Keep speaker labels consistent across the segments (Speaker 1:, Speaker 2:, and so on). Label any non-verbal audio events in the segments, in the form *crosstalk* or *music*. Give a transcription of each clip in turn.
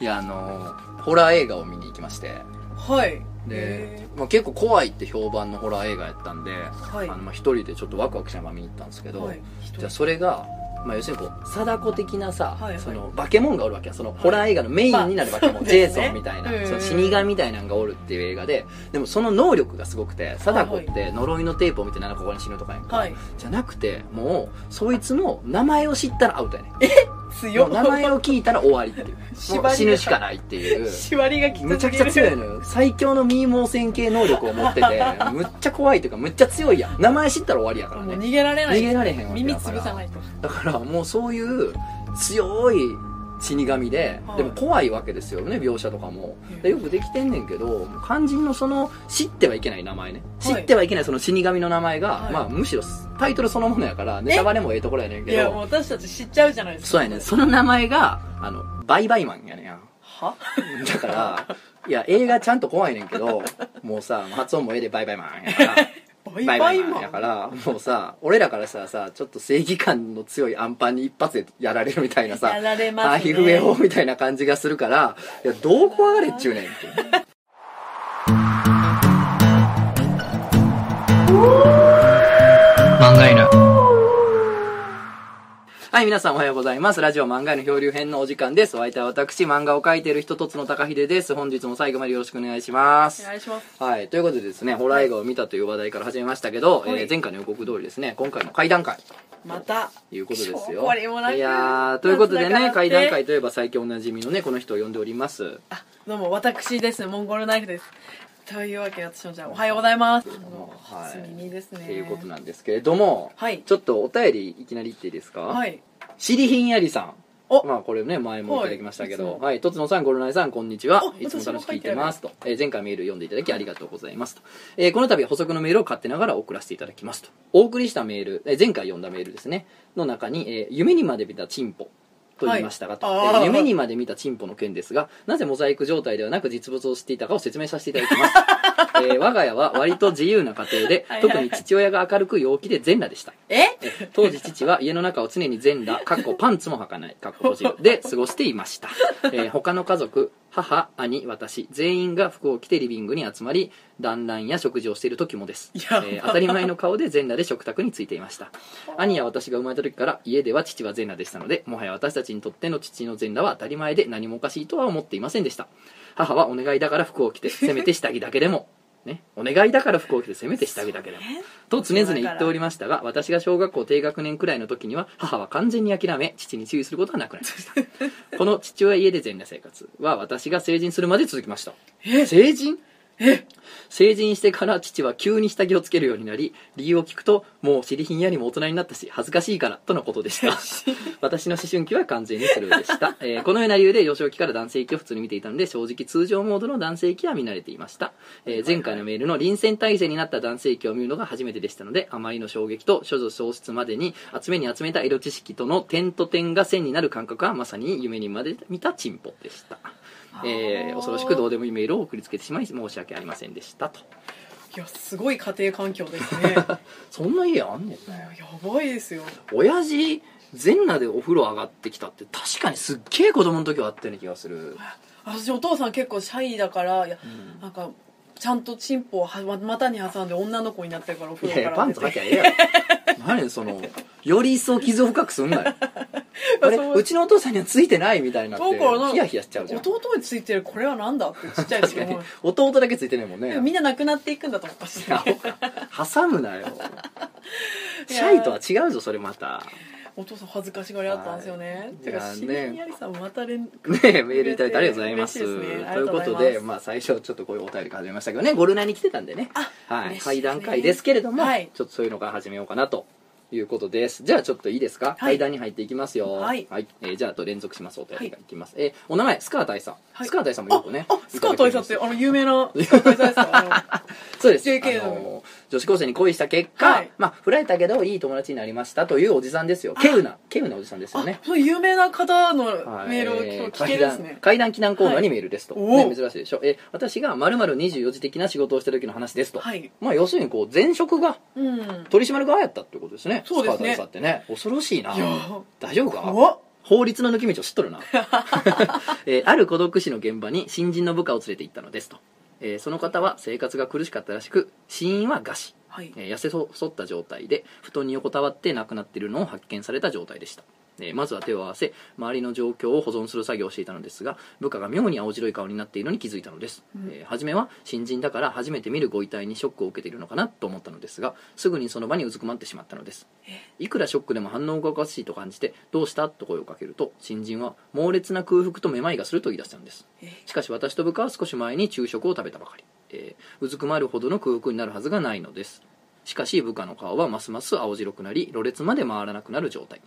Speaker 1: いやあのホラー映画を見に行きまして
Speaker 2: はい
Speaker 1: で
Speaker 2: へ、
Speaker 1: まあ、結構怖いって評判のホラー映画やったんで、
Speaker 2: ーはい
Speaker 1: あのまあ、一人でちょっとワクワクしながら見に行ったんですけど、
Speaker 2: はい一人
Speaker 1: じゃあそれが、まあ、要するにこう貞子的なさ、
Speaker 2: はいはい
Speaker 1: その化け物がおるわけやそのホラー映画のメインになる化け物、
Speaker 2: まあ
Speaker 1: ジェイソンみたいな、
Speaker 2: そうです
Speaker 1: その
Speaker 2: ね
Speaker 1: 死神みたいなのがおるっていう映画ででもその能力がすごくて貞子っ
Speaker 2: は
Speaker 1: て呪いのテープを見て7個後に死ぬとかやんか、
Speaker 2: はい
Speaker 1: じゃなくてもうそいつの名前を知ったらアウトやねん
Speaker 2: 強
Speaker 1: もう名前を聞いたら終わりっていう
Speaker 2: *laughs* 縛り
Speaker 1: も
Speaker 2: が
Speaker 1: う死ぬしかないっていう
Speaker 2: 縛りがきつすぎる
Speaker 1: むちゃくちゃ強いのよ最強のミーモー線系能力を持ってて
Speaker 2: *laughs*
Speaker 1: むっちゃ怖いというかむっちゃ強いやん名前知ったら終わりやから
Speaker 2: もう
Speaker 1: ね
Speaker 2: 逃げられない
Speaker 1: 逃げられへんわけ
Speaker 2: 耳
Speaker 1: だから
Speaker 2: 潰さないと
Speaker 1: だからもうそういう強い死神で、
Speaker 2: はい
Speaker 1: でも怖いわけですよね描写とかも
Speaker 2: うん
Speaker 1: でよくできてんねんけどもう肝心のその知ってはいけない名前ね、
Speaker 2: はい
Speaker 1: 知ってはいけないその死神の名前が、
Speaker 2: はい
Speaker 1: まあ、むしろタイトルそのものやからネタバレもええところやねん
Speaker 2: い
Speaker 1: け
Speaker 2: やもう
Speaker 1: ど
Speaker 2: 私たち知っちゃうじゃないですか
Speaker 1: そうやねんその名前があのバイバイマンやねんや
Speaker 2: は
Speaker 1: だから、いや、映画ちゃんと怖いねんけど、もうさ、発音もええでバイバイマンやから、
Speaker 2: *laughs* バイバイマン
Speaker 1: やから、もうさ、俺らからしたらさ、ちょっと正義感の強いアンパンに一発でやられるみたいなさ、
Speaker 2: やられますね
Speaker 1: あひふえほみたいな感じがするから、いや、どう怖がれっちゅうねんって。漫画犬。はい、皆さんおはようございます。ラジオ漫画への漂流編のお時間です。お相手は私、漫画を描いている人とつの高秀です。本日も最後までよろしくお願いします
Speaker 2: お。願いします
Speaker 1: はい、ということでですね、ホラー映画を見たという話題から始めましたけど、
Speaker 2: はい
Speaker 1: えー前回の予告通りですね、今回の怪談会
Speaker 2: また
Speaker 1: ということですよ。
Speaker 2: 終わりもなく
Speaker 1: いやー、ということで
Speaker 2: 夏だか
Speaker 1: ね、
Speaker 2: ら
Speaker 1: 怪談会といえば最近おなじみのね、この人を呼んでおります。
Speaker 2: あどうも私ですモンゴルナイフですというわけで私もじゃあおはようございます
Speaker 1: どうもはい
Speaker 2: 初耳ですね
Speaker 1: っていうことなんですけれども、
Speaker 2: はい
Speaker 1: ちょっとお便りいきなり言っていいですか
Speaker 2: はい
Speaker 1: シリヒンヤリさん。
Speaker 2: お
Speaker 1: まあこれね、前もいただきましたけ
Speaker 2: はいい
Speaker 1: ど、
Speaker 2: つも
Speaker 1: はい、とつのさん、ゴルナイさん、こんにちは
Speaker 2: お。
Speaker 1: いつも楽しく聞いてますと。えー前回メール読んでいただきありがとうございますと。えーこの度、補足のメールを勝手ながら送らせていただきますと。お送りしたメール、えー前回読んだメールですね、の中に、えー夢にまで見たチンポ。と言いましたがと、
Speaker 2: はいあー
Speaker 1: えー夢にまで見たチンポの件ですがなぜモザイク状態ではなく実物を知っていたかを説明させていただき
Speaker 2: *laughs*
Speaker 1: ます、えー我が家は割と自由な家庭で
Speaker 2: はいはい
Speaker 1: 特に父親が明るく陽気で全裸でした *laughs*
Speaker 2: え
Speaker 1: え当時父は家の中を常に全裸かっこパンツも履かないかっこ閉じるで過ごしていました、えー他の家族母兄私全員が服を着てリビングに集まり団らんや食事をしている時もです、え
Speaker 2: やば
Speaker 1: ー当たり前の顔で全裸で食卓についていました兄や私が生まれた時から家では父は全裸でしたのでもはや私たちにとっての父の全裸は当たり前で何もおかしいとは思っていませんでした母はお願いだから服を着てせめて下着だけでもね、お願いだから服を着てせめて下着だけでもと常々言っておりましたが私が小学校低学年くらいの時には母は完全に諦め父に注意することはなくなりましたこの父親家で全裸生活は私が成人するまで続きました成人成人してから父は急に下着をつけるようになり理由を聞くともう尻ひんやりも大人になったし恥ずかしいからとのことでした
Speaker 2: *laughs*
Speaker 1: *laughs* 私の思春期は完全にスルーで *laughs* した、えーこのような理由で幼少期から男性器を普通に見ていたので正直通常モードの男性器は見慣れていました、えー前回のメールの臨戦態勢になった男性器を見るのが初めてでしたのであまりの衝撃と処女喪失までに集めに集めたエロ知識との点と点が線になる感覚はまさに夢にまで見たチンポでしたえー恐ろしくどうでもいいメールを送りつけてしまい申し訳ありませんでしたと
Speaker 2: いやすごい家庭環境です
Speaker 1: *laughs*
Speaker 2: ね
Speaker 1: そんな家あんねん
Speaker 2: いややばいですよ
Speaker 1: 親父全裸でお風呂上がってきたって確かにすっげえ子供の時はあったような気がする
Speaker 2: 私お父さん結構シャイだからいや、なんかちゃんとチンポをはま股に挟んで女の子になってるからお
Speaker 1: い
Speaker 2: 風
Speaker 1: やいや
Speaker 2: 呂か
Speaker 1: パ
Speaker 2: ら
Speaker 1: ン
Speaker 2: 出
Speaker 1: ツ
Speaker 2: て
Speaker 1: なきゃええやろ
Speaker 2: *laughs*
Speaker 1: 何やねんそのより一層傷を深くす
Speaker 2: *laughs*
Speaker 1: んなよあれ
Speaker 2: そう
Speaker 1: うちのお父さんにはついてないみたいになっ
Speaker 2: そう
Speaker 1: て
Speaker 2: かな
Speaker 1: ヒヤヒヤしちゃうじゃん
Speaker 2: 弟についてるこれはなんだってちっちゃい
Speaker 1: 確
Speaker 2: 時
Speaker 1: かに
Speaker 2: 思う
Speaker 1: 弟だけついてないもん
Speaker 2: で
Speaker 1: ね
Speaker 2: もみんななくなっていくんだと思ったし
Speaker 1: アホか挟む
Speaker 2: *laughs*
Speaker 1: なよ
Speaker 2: い
Speaker 1: シ
Speaker 2: や
Speaker 1: ャイとは違うぞそれまた
Speaker 2: お父さん恥ずかしがりあったんですよね、
Speaker 1: はい
Speaker 2: て
Speaker 1: いや
Speaker 2: か
Speaker 1: ね
Speaker 2: しりんやりさんまた連
Speaker 1: ねえ、メールいただいてありがとうございます。
Speaker 2: 嬉しいですね
Speaker 1: ということ
Speaker 2: ありがとうござい
Speaker 1: で、
Speaker 2: ます
Speaker 1: まあ最初ちょっとこういうお便りから始めましたけどね、ゴルナに来てたんでね、はい、
Speaker 2: 嬉しいですね
Speaker 1: 会談会ですけれども、
Speaker 2: はい
Speaker 1: ちょっとそういうのから始めようかなということです。じゃあちょっといいですか、
Speaker 2: はい
Speaker 1: 会談に入っていきますよ。
Speaker 2: はい
Speaker 1: えーじゃああと連続しますお便りがいきます。えーお名前、スカー大さん。
Speaker 2: はい
Speaker 1: スカー大さんもよくね。
Speaker 2: あスカート挨拶ってあの有
Speaker 1: *laughs*
Speaker 2: 名なスカート挨拶ですか
Speaker 1: そうです。
Speaker 2: JK
Speaker 1: あ
Speaker 2: の
Speaker 1: の女子高生に恋した結果、
Speaker 2: はい
Speaker 1: まあ、振られたけど、いい友達になりましたというおじさんですよ。稀有な、稀有なおじさんです
Speaker 2: あ
Speaker 1: よ
Speaker 2: の
Speaker 1: ね
Speaker 2: あ。そういう有名な方の
Speaker 1: はい
Speaker 2: メールを
Speaker 1: え
Speaker 2: 今
Speaker 1: ー
Speaker 2: 日聞けるんですね、
Speaker 1: 階段祈難コーナーにメールですと、
Speaker 2: はい
Speaker 1: ね、
Speaker 2: おお
Speaker 1: 珍しいでしょえー私がまるまる24時的な仕事をした時の話ですと、
Speaker 2: はい
Speaker 1: まあ要するにこう前職が
Speaker 2: うん
Speaker 1: 取締役側やったってことですね
Speaker 2: そうですね
Speaker 1: スカートさんってね恐ろしいない
Speaker 2: やー
Speaker 1: 大丈夫か
Speaker 2: 怖っ
Speaker 1: 法律の抜け道を知っと
Speaker 2: *laughs*
Speaker 1: るな、 *laughs* えーある孤独死の現場に新人の部下を連れて行ったのですと、えーその方は生活が苦しかったらしく死因は餓死
Speaker 2: はい
Speaker 1: えー痩せそそった状態で布団に横たわって亡くなっているのを発見された状態でした、えーまずは手を合わせ周りの状況を保存する作業をしていたのですが部下が妙に青白い顔になっているのに気づいたのです、
Speaker 2: うん
Speaker 1: えー初めは新人だから初めて見るご遺体にショックを受けているのかなと思ったのですがすぐにその場にうずくまってしまったのですいくらショックでも反応がおかしいと感じて「どうした?」と声をかけると新人は猛烈な空腹とめまいがすると言い出したのです
Speaker 2: え
Speaker 1: しかし私と部下は少し前に昼食を食べたばかり、えーうずくまるほどの空腹になるはずがないのですしかし部下の顔はますます青白くなりろれつまで回らなくなる状態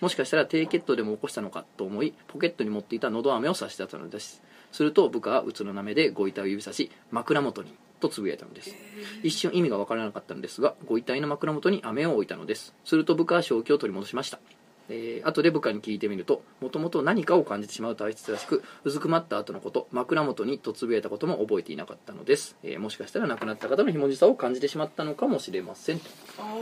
Speaker 1: もしかしたら低血糖でも起こしたのかと思いポケットに持っていたのど飴を差し出したのですすると部下はうつろな目でご遺体を指さし枕元にとつぶやいたのです一瞬意味が分からなかったのですがご遺体の枕元に飴を置いたのですすると部下は正気を取り戻しましたえー後で部下に聞いてみるともともと何かを感じてしまう体質らしくうずくまった後のこと枕元にとつぶやいたことも覚えていなかったのです、えーもしかしたら亡くなった方のひもじさを感じてしまったのかもしれません
Speaker 2: あ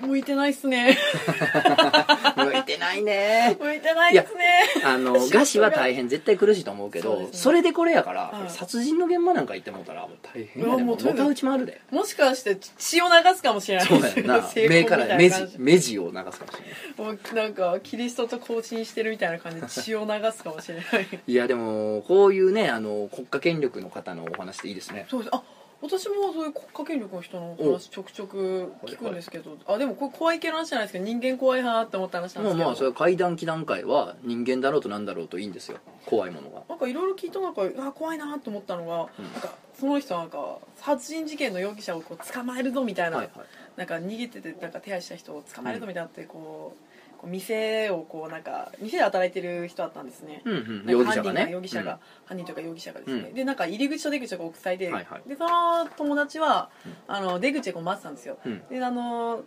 Speaker 2: あ向いてないっすね *laughs*
Speaker 1: 向いてないね
Speaker 2: 向いてないっすね
Speaker 1: あ
Speaker 2: *laughs*
Speaker 1: の
Speaker 2: 仕事が
Speaker 1: 餓死は大変絶対苦しいと思うけど
Speaker 2: そ
Speaker 1: そう
Speaker 2: ですね
Speaker 1: れでこれやから、
Speaker 2: はい
Speaker 1: 殺人の現場なんか行ってもうたらもう大変やで
Speaker 2: うわも
Speaker 1: も
Speaker 2: う
Speaker 1: うのたうち回る
Speaker 2: *laughs*
Speaker 1: で
Speaker 2: もしかして血を流すかもしれない
Speaker 1: そう
Speaker 2: で
Speaker 1: や
Speaker 2: す
Speaker 1: んな
Speaker 2: 成功
Speaker 1: 目
Speaker 2: み
Speaker 1: か
Speaker 2: たいな
Speaker 1: ら
Speaker 2: 感
Speaker 1: 目
Speaker 2: じ
Speaker 1: 地目地を流すかもしれない
Speaker 2: もうなんかキリストと交信してるみたいな
Speaker 1: *laughs*
Speaker 2: 感じで血を流すかもしれない
Speaker 1: いやでもこういうねあの国家権力の方のお話でいいですね
Speaker 2: そうですあ私もそういう国家権力の人のお
Speaker 1: お
Speaker 2: 話ちょくちょく聞くんですけど、あでもこれ怖い系の話じゃないですけど人間怖いなって思った話なん
Speaker 1: ま
Speaker 2: で
Speaker 1: すあ
Speaker 2: けど、
Speaker 1: まあそれは怪談祈談会は人間だろうとなんだろうといいんですよ怖いものが
Speaker 2: なんかいろいろ聞いた中あ怖いなと思ったのが、
Speaker 1: うん
Speaker 2: なんかその人はなんか殺人事件の容疑者をこう捕まえるぞみたいな、
Speaker 1: はいはい
Speaker 2: なんか逃げててなんか手配した人を捕まえるぞみたいなってこう,、こう店をこうなんか店で働いてる人だったんですね、
Speaker 1: うんうん
Speaker 2: なん
Speaker 1: 容
Speaker 2: か
Speaker 1: 疑者
Speaker 2: 犯
Speaker 1: が
Speaker 2: 人
Speaker 1: ね
Speaker 2: が容疑者が、犯人というか容疑者がですね、
Speaker 1: うん
Speaker 2: でなんか入り口と出口が奥塞いで、
Speaker 1: はいはい
Speaker 2: でその友達は、
Speaker 1: うん
Speaker 2: あの出口でこう待ってたんですよ
Speaker 1: うん、うん
Speaker 2: であの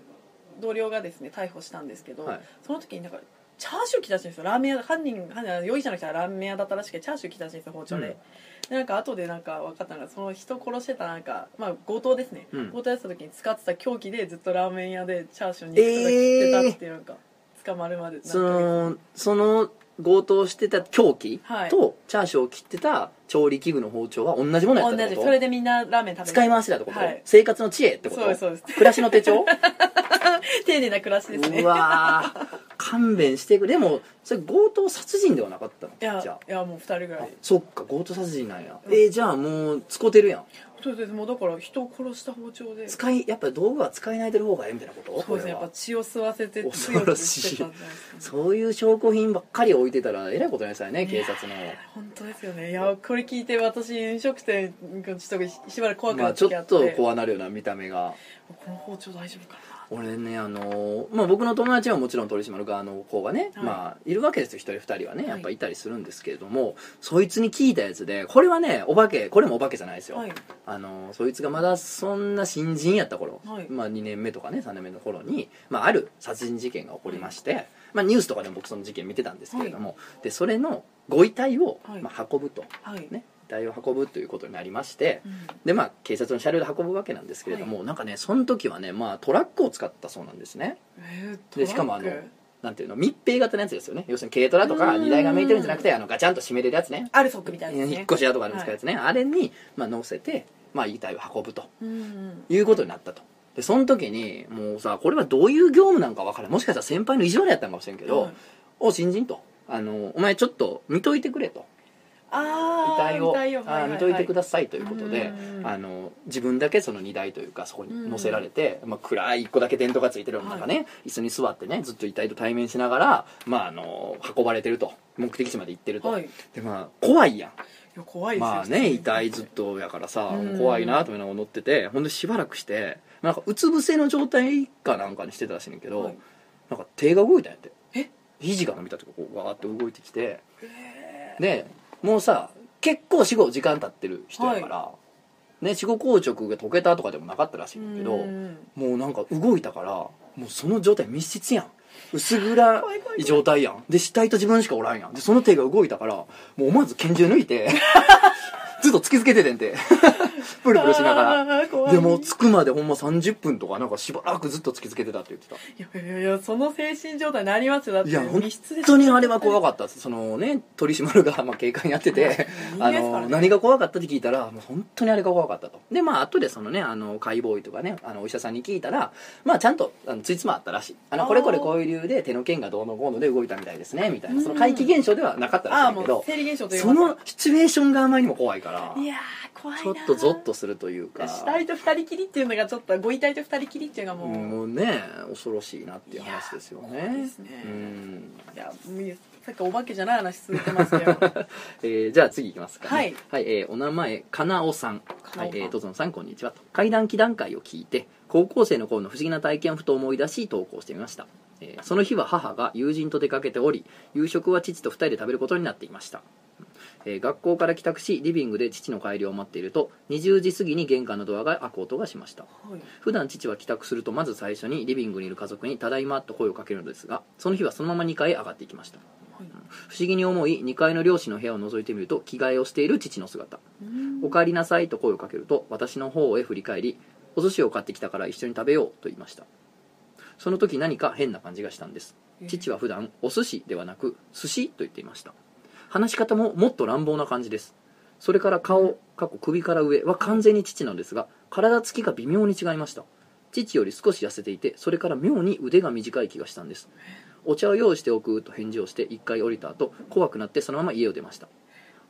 Speaker 2: 同僚がですね逮捕したんですけど、
Speaker 1: はい
Speaker 2: その時になんかチャーシュー来たらしいんですよラーメン屋犯人犯人容疑者の人はラーメン屋だったらしくてチャーシュー来たらしいんですよ包丁で、
Speaker 1: うん
Speaker 2: でなんか後でなんか分かったのがその人殺してたなんか、まあ、強盗ですね、
Speaker 1: うん
Speaker 2: 強盗やってた時に使ってた凶器でずっとラーメン屋でチャーシューに切ってたっていうなんか、捕まるまでなんか
Speaker 1: そのその強盗してた凶器
Speaker 2: はい
Speaker 1: とチャーシューを切ってた調理器具の包丁は同じものやっ
Speaker 2: 同
Speaker 1: たって
Speaker 2: じ
Speaker 1: こ
Speaker 2: それ
Speaker 1: と
Speaker 2: でみんなラーメン食べて
Speaker 1: 使い回しだってこと、
Speaker 2: はい
Speaker 1: 生活の知恵ってこと
Speaker 2: そうですそうです
Speaker 1: 暮らしの手帳
Speaker 2: 丁寧な暮らし *laughs* ですね
Speaker 1: うわー勘弁してくれでもそれ強盗殺人ではなかったの
Speaker 2: いや
Speaker 1: じゃあ
Speaker 2: いやもう2人ぐらい
Speaker 1: そっか強盗殺人なんや、
Speaker 2: うん
Speaker 1: えーじゃあもう使ってるやん
Speaker 2: そうですもうだから人を殺した包丁で
Speaker 1: 使いやっぱ道具は使いないでる方がええみたいなこと
Speaker 2: そうですねやっ
Speaker 1: これ
Speaker 2: ぱ
Speaker 1: は
Speaker 2: 血を吸わせて
Speaker 1: 恐
Speaker 2: 強
Speaker 1: ろ
Speaker 2: く
Speaker 1: しい
Speaker 2: してたんじゃないですかね
Speaker 1: そういう証拠品ばっかり置いてたらえらいことになりそうやね警察の
Speaker 2: 本当ですよねいやこれ聞いて私飲食店がちょっとしばらく怖く
Speaker 1: ま
Speaker 2: な
Speaker 1: あ
Speaker 2: っ
Speaker 1: ち
Speaker 2: て
Speaker 1: ょ
Speaker 2: きあ
Speaker 1: っ
Speaker 2: って、
Speaker 1: と怖なるような見た目が
Speaker 2: この包丁大丈夫かな
Speaker 1: 俺ねあのーまあ僕の友達はもちろん取り締まる側の子がね、
Speaker 2: はい
Speaker 1: まあいるわけですよ一人二人はね
Speaker 2: い
Speaker 1: やっぱいたりするんですけれども、そいつに聞いたやつでこれはねお化けこれもお化けじゃないですよ、
Speaker 2: はい
Speaker 1: あのそいつがまだそんな新人やった頃、
Speaker 2: はい
Speaker 1: まあ、2年目とかね3年目の頃に、まあ、ある殺人事件が起こりまして、まあ、ニュースとかでも僕その事件見てたんですけれども、でそれのご遺体を、
Speaker 2: はい
Speaker 1: まあ、運ぶと、
Speaker 2: はい、
Speaker 1: ね、遺体を運ぶということになりまして
Speaker 2: うん
Speaker 1: で、まあ、警察の車両で運ぶわけなんですけれども、なんかねその時はね、まあ、トラックを使ったそうなんですね
Speaker 2: えー、
Speaker 1: でしかもあのなんていうの密閉型のやつですよね要するに軽トラとか
Speaker 2: うん
Speaker 1: 荷台が向いてるんじゃなくてあのガチャンと閉めれるやつね
Speaker 2: アルソックみたいなです
Speaker 1: 引っ
Speaker 2: ね
Speaker 1: 越し屋とかで使うやつね、あれに、まあ、乗せて、まあ、遺体を運ぶと
Speaker 2: うんうん
Speaker 1: いうことになったとでその時にもうさこれはどういう業務なんか分からんもしかしたら先輩の意地悪やったんかもしれんけど「
Speaker 2: はい
Speaker 1: お新人と」あの「お前ちょっと見といてくれ」と
Speaker 2: あ
Speaker 1: 遺
Speaker 2: あ
Speaker 1: 体をあー見といてく
Speaker 2: だ
Speaker 1: ださいということで
Speaker 2: うん
Speaker 1: あの自分だけその荷台というかそこに乗せられて、まあ、暗い1個だけ電灯がついてる中ね、椅子に座ってねずっと遺体と対面しながら、まあ、あの運ばれてると目的地まで行ってると、
Speaker 2: はいい
Speaker 1: でまあ怖いやん
Speaker 2: や怖いですよ
Speaker 1: まあね遺体ずっとやからさ
Speaker 2: うん
Speaker 1: 怖いなと思いながら乗っててほんでしばらくしてなんかうつ伏せの状態かなんかにしてたらしいねんけど、
Speaker 2: はい
Speaker 1: なんか手が動いたんやって
Speaker 2: え
Speaker 1: 肘が伸びたとかこうわーって動いてきてでもうさ結構死後時間経ってる人やから、ね死後硬直が解けたとかでもなかったらしいねんだけど、
Speaker 2: うん
Speaker 1: もうなんか動いたからもうその状態密室やん薄暗
Speaker 2: 怖い怖い怖
Speaker 1: い
Speaker 2: い
Speaker 1: 状態
Speaker 2: *laughs*
Speaker 1: やんで死体と自分しかおらんやんでその手が動いたからもう思わず拳銃抜いてずずっと突きつけててんてプルプルしながら
Speaker 2: ら
Speaker 1: でも着くまでほんま30分とかなんかしばらくずっと突きつけてたって言ってた
Speaker 2: いやいやいやその精神状態になりますよだって
Speaker 1: いや本
Speaker 2: 密室で
Speaker 1: 当にあれは怖かったですそのね取り締まるがまあ警官やって
Speaker 2: *laughs*
Speaker 1: て
Speaker 2: 人
Speaker 1: あ
Speaker 2: 間ですからね
Speaker 1: の何が怖かったって聞いたらもう本当にあれが怖かったとでまあ後でそのねあの解剖医とかねあのお医者さんに聞いたらまあちゃんとあのついつまあったらしいあ
Speaker 2: あ
Speaker 1: の
Speaker 2: ー
Speaker 1: これこれこういう理由で手の腱がどうのこうので動いたみたいですねみたいなその
Speaker 2: うん
Speaker 1: 怪奇現象ではなかったらし
Speaker 2: ああ
Speaker 1: いんだ
Speaker 2: も
Speaker 1: けど
Speaker 2: う生理現象というか
Speaker 1: そのシチュエーションがあまりにも怖いから
Speaker 2: いやー怖いな
Speaker 1: ちょっ
Speaker 2: ー
Speaker 1: とゾッとするというか
Speaker 2: 死体と二人きりっていうのがちょっとご遺体と二人きりっていうのがもう、
Speaker 1: もうね恐ろしいなっていう話ですよ
Speaker 2: いやそう
Speaker 1: ね
Speaker 2: ですね
Speaker 1: うん
Speaker 2: いやもうさっきお化けじゃない話続いてます
Speaker 1: *laughs*
Speaker 2: けど
Speaker 1: えーじゃあ次いきますか、ね、
Speaker 2: はい、
Speaker 1: えーお名前かなおさん
Speaker 2: か
Speaker 1: は
Speaker 2: なおさん
Speaker 1: いえー、とぞのさんこんにちはと怪談祈談会を聞いて高校生の頃の不思議な体験をふと思い出し投稿してみました、えーその日は母が友人と出かけており夕食は父と2人で食べることになっていました、えー学校から帰宅しリビングで父の帰りを待っていると20時過ぎに玄関のドアが開く音がしました普段父は帰宅するとまず最初にリビングにいる家族に「ただいま」と声をかけるのですがその日はそのまま2階へ上がっていきました不思議に思い2階の両親の部屋を覗いてみると着替えをしている父の姿「お
Speaker 2: か
Speaker 1: かえりなさい」と声をかけると私の方へ振り返り「お寿司を買ってきたから一緒に食べよう」と言いましたその時何か変な感じがしたんです父
Speaker 2: は
Speaker 1: は普段お寿司ではなく寿司と言っていました話し方ももっと乱暴な感じですそれから顔過去首から上は完全に父なんですが体つきが微妙に違いました父より少し痩せていてそれから妙に腕が短い気がしたんですお茶を用意しておくと返事をして一回降りた後怖くなってそのまま家を出ました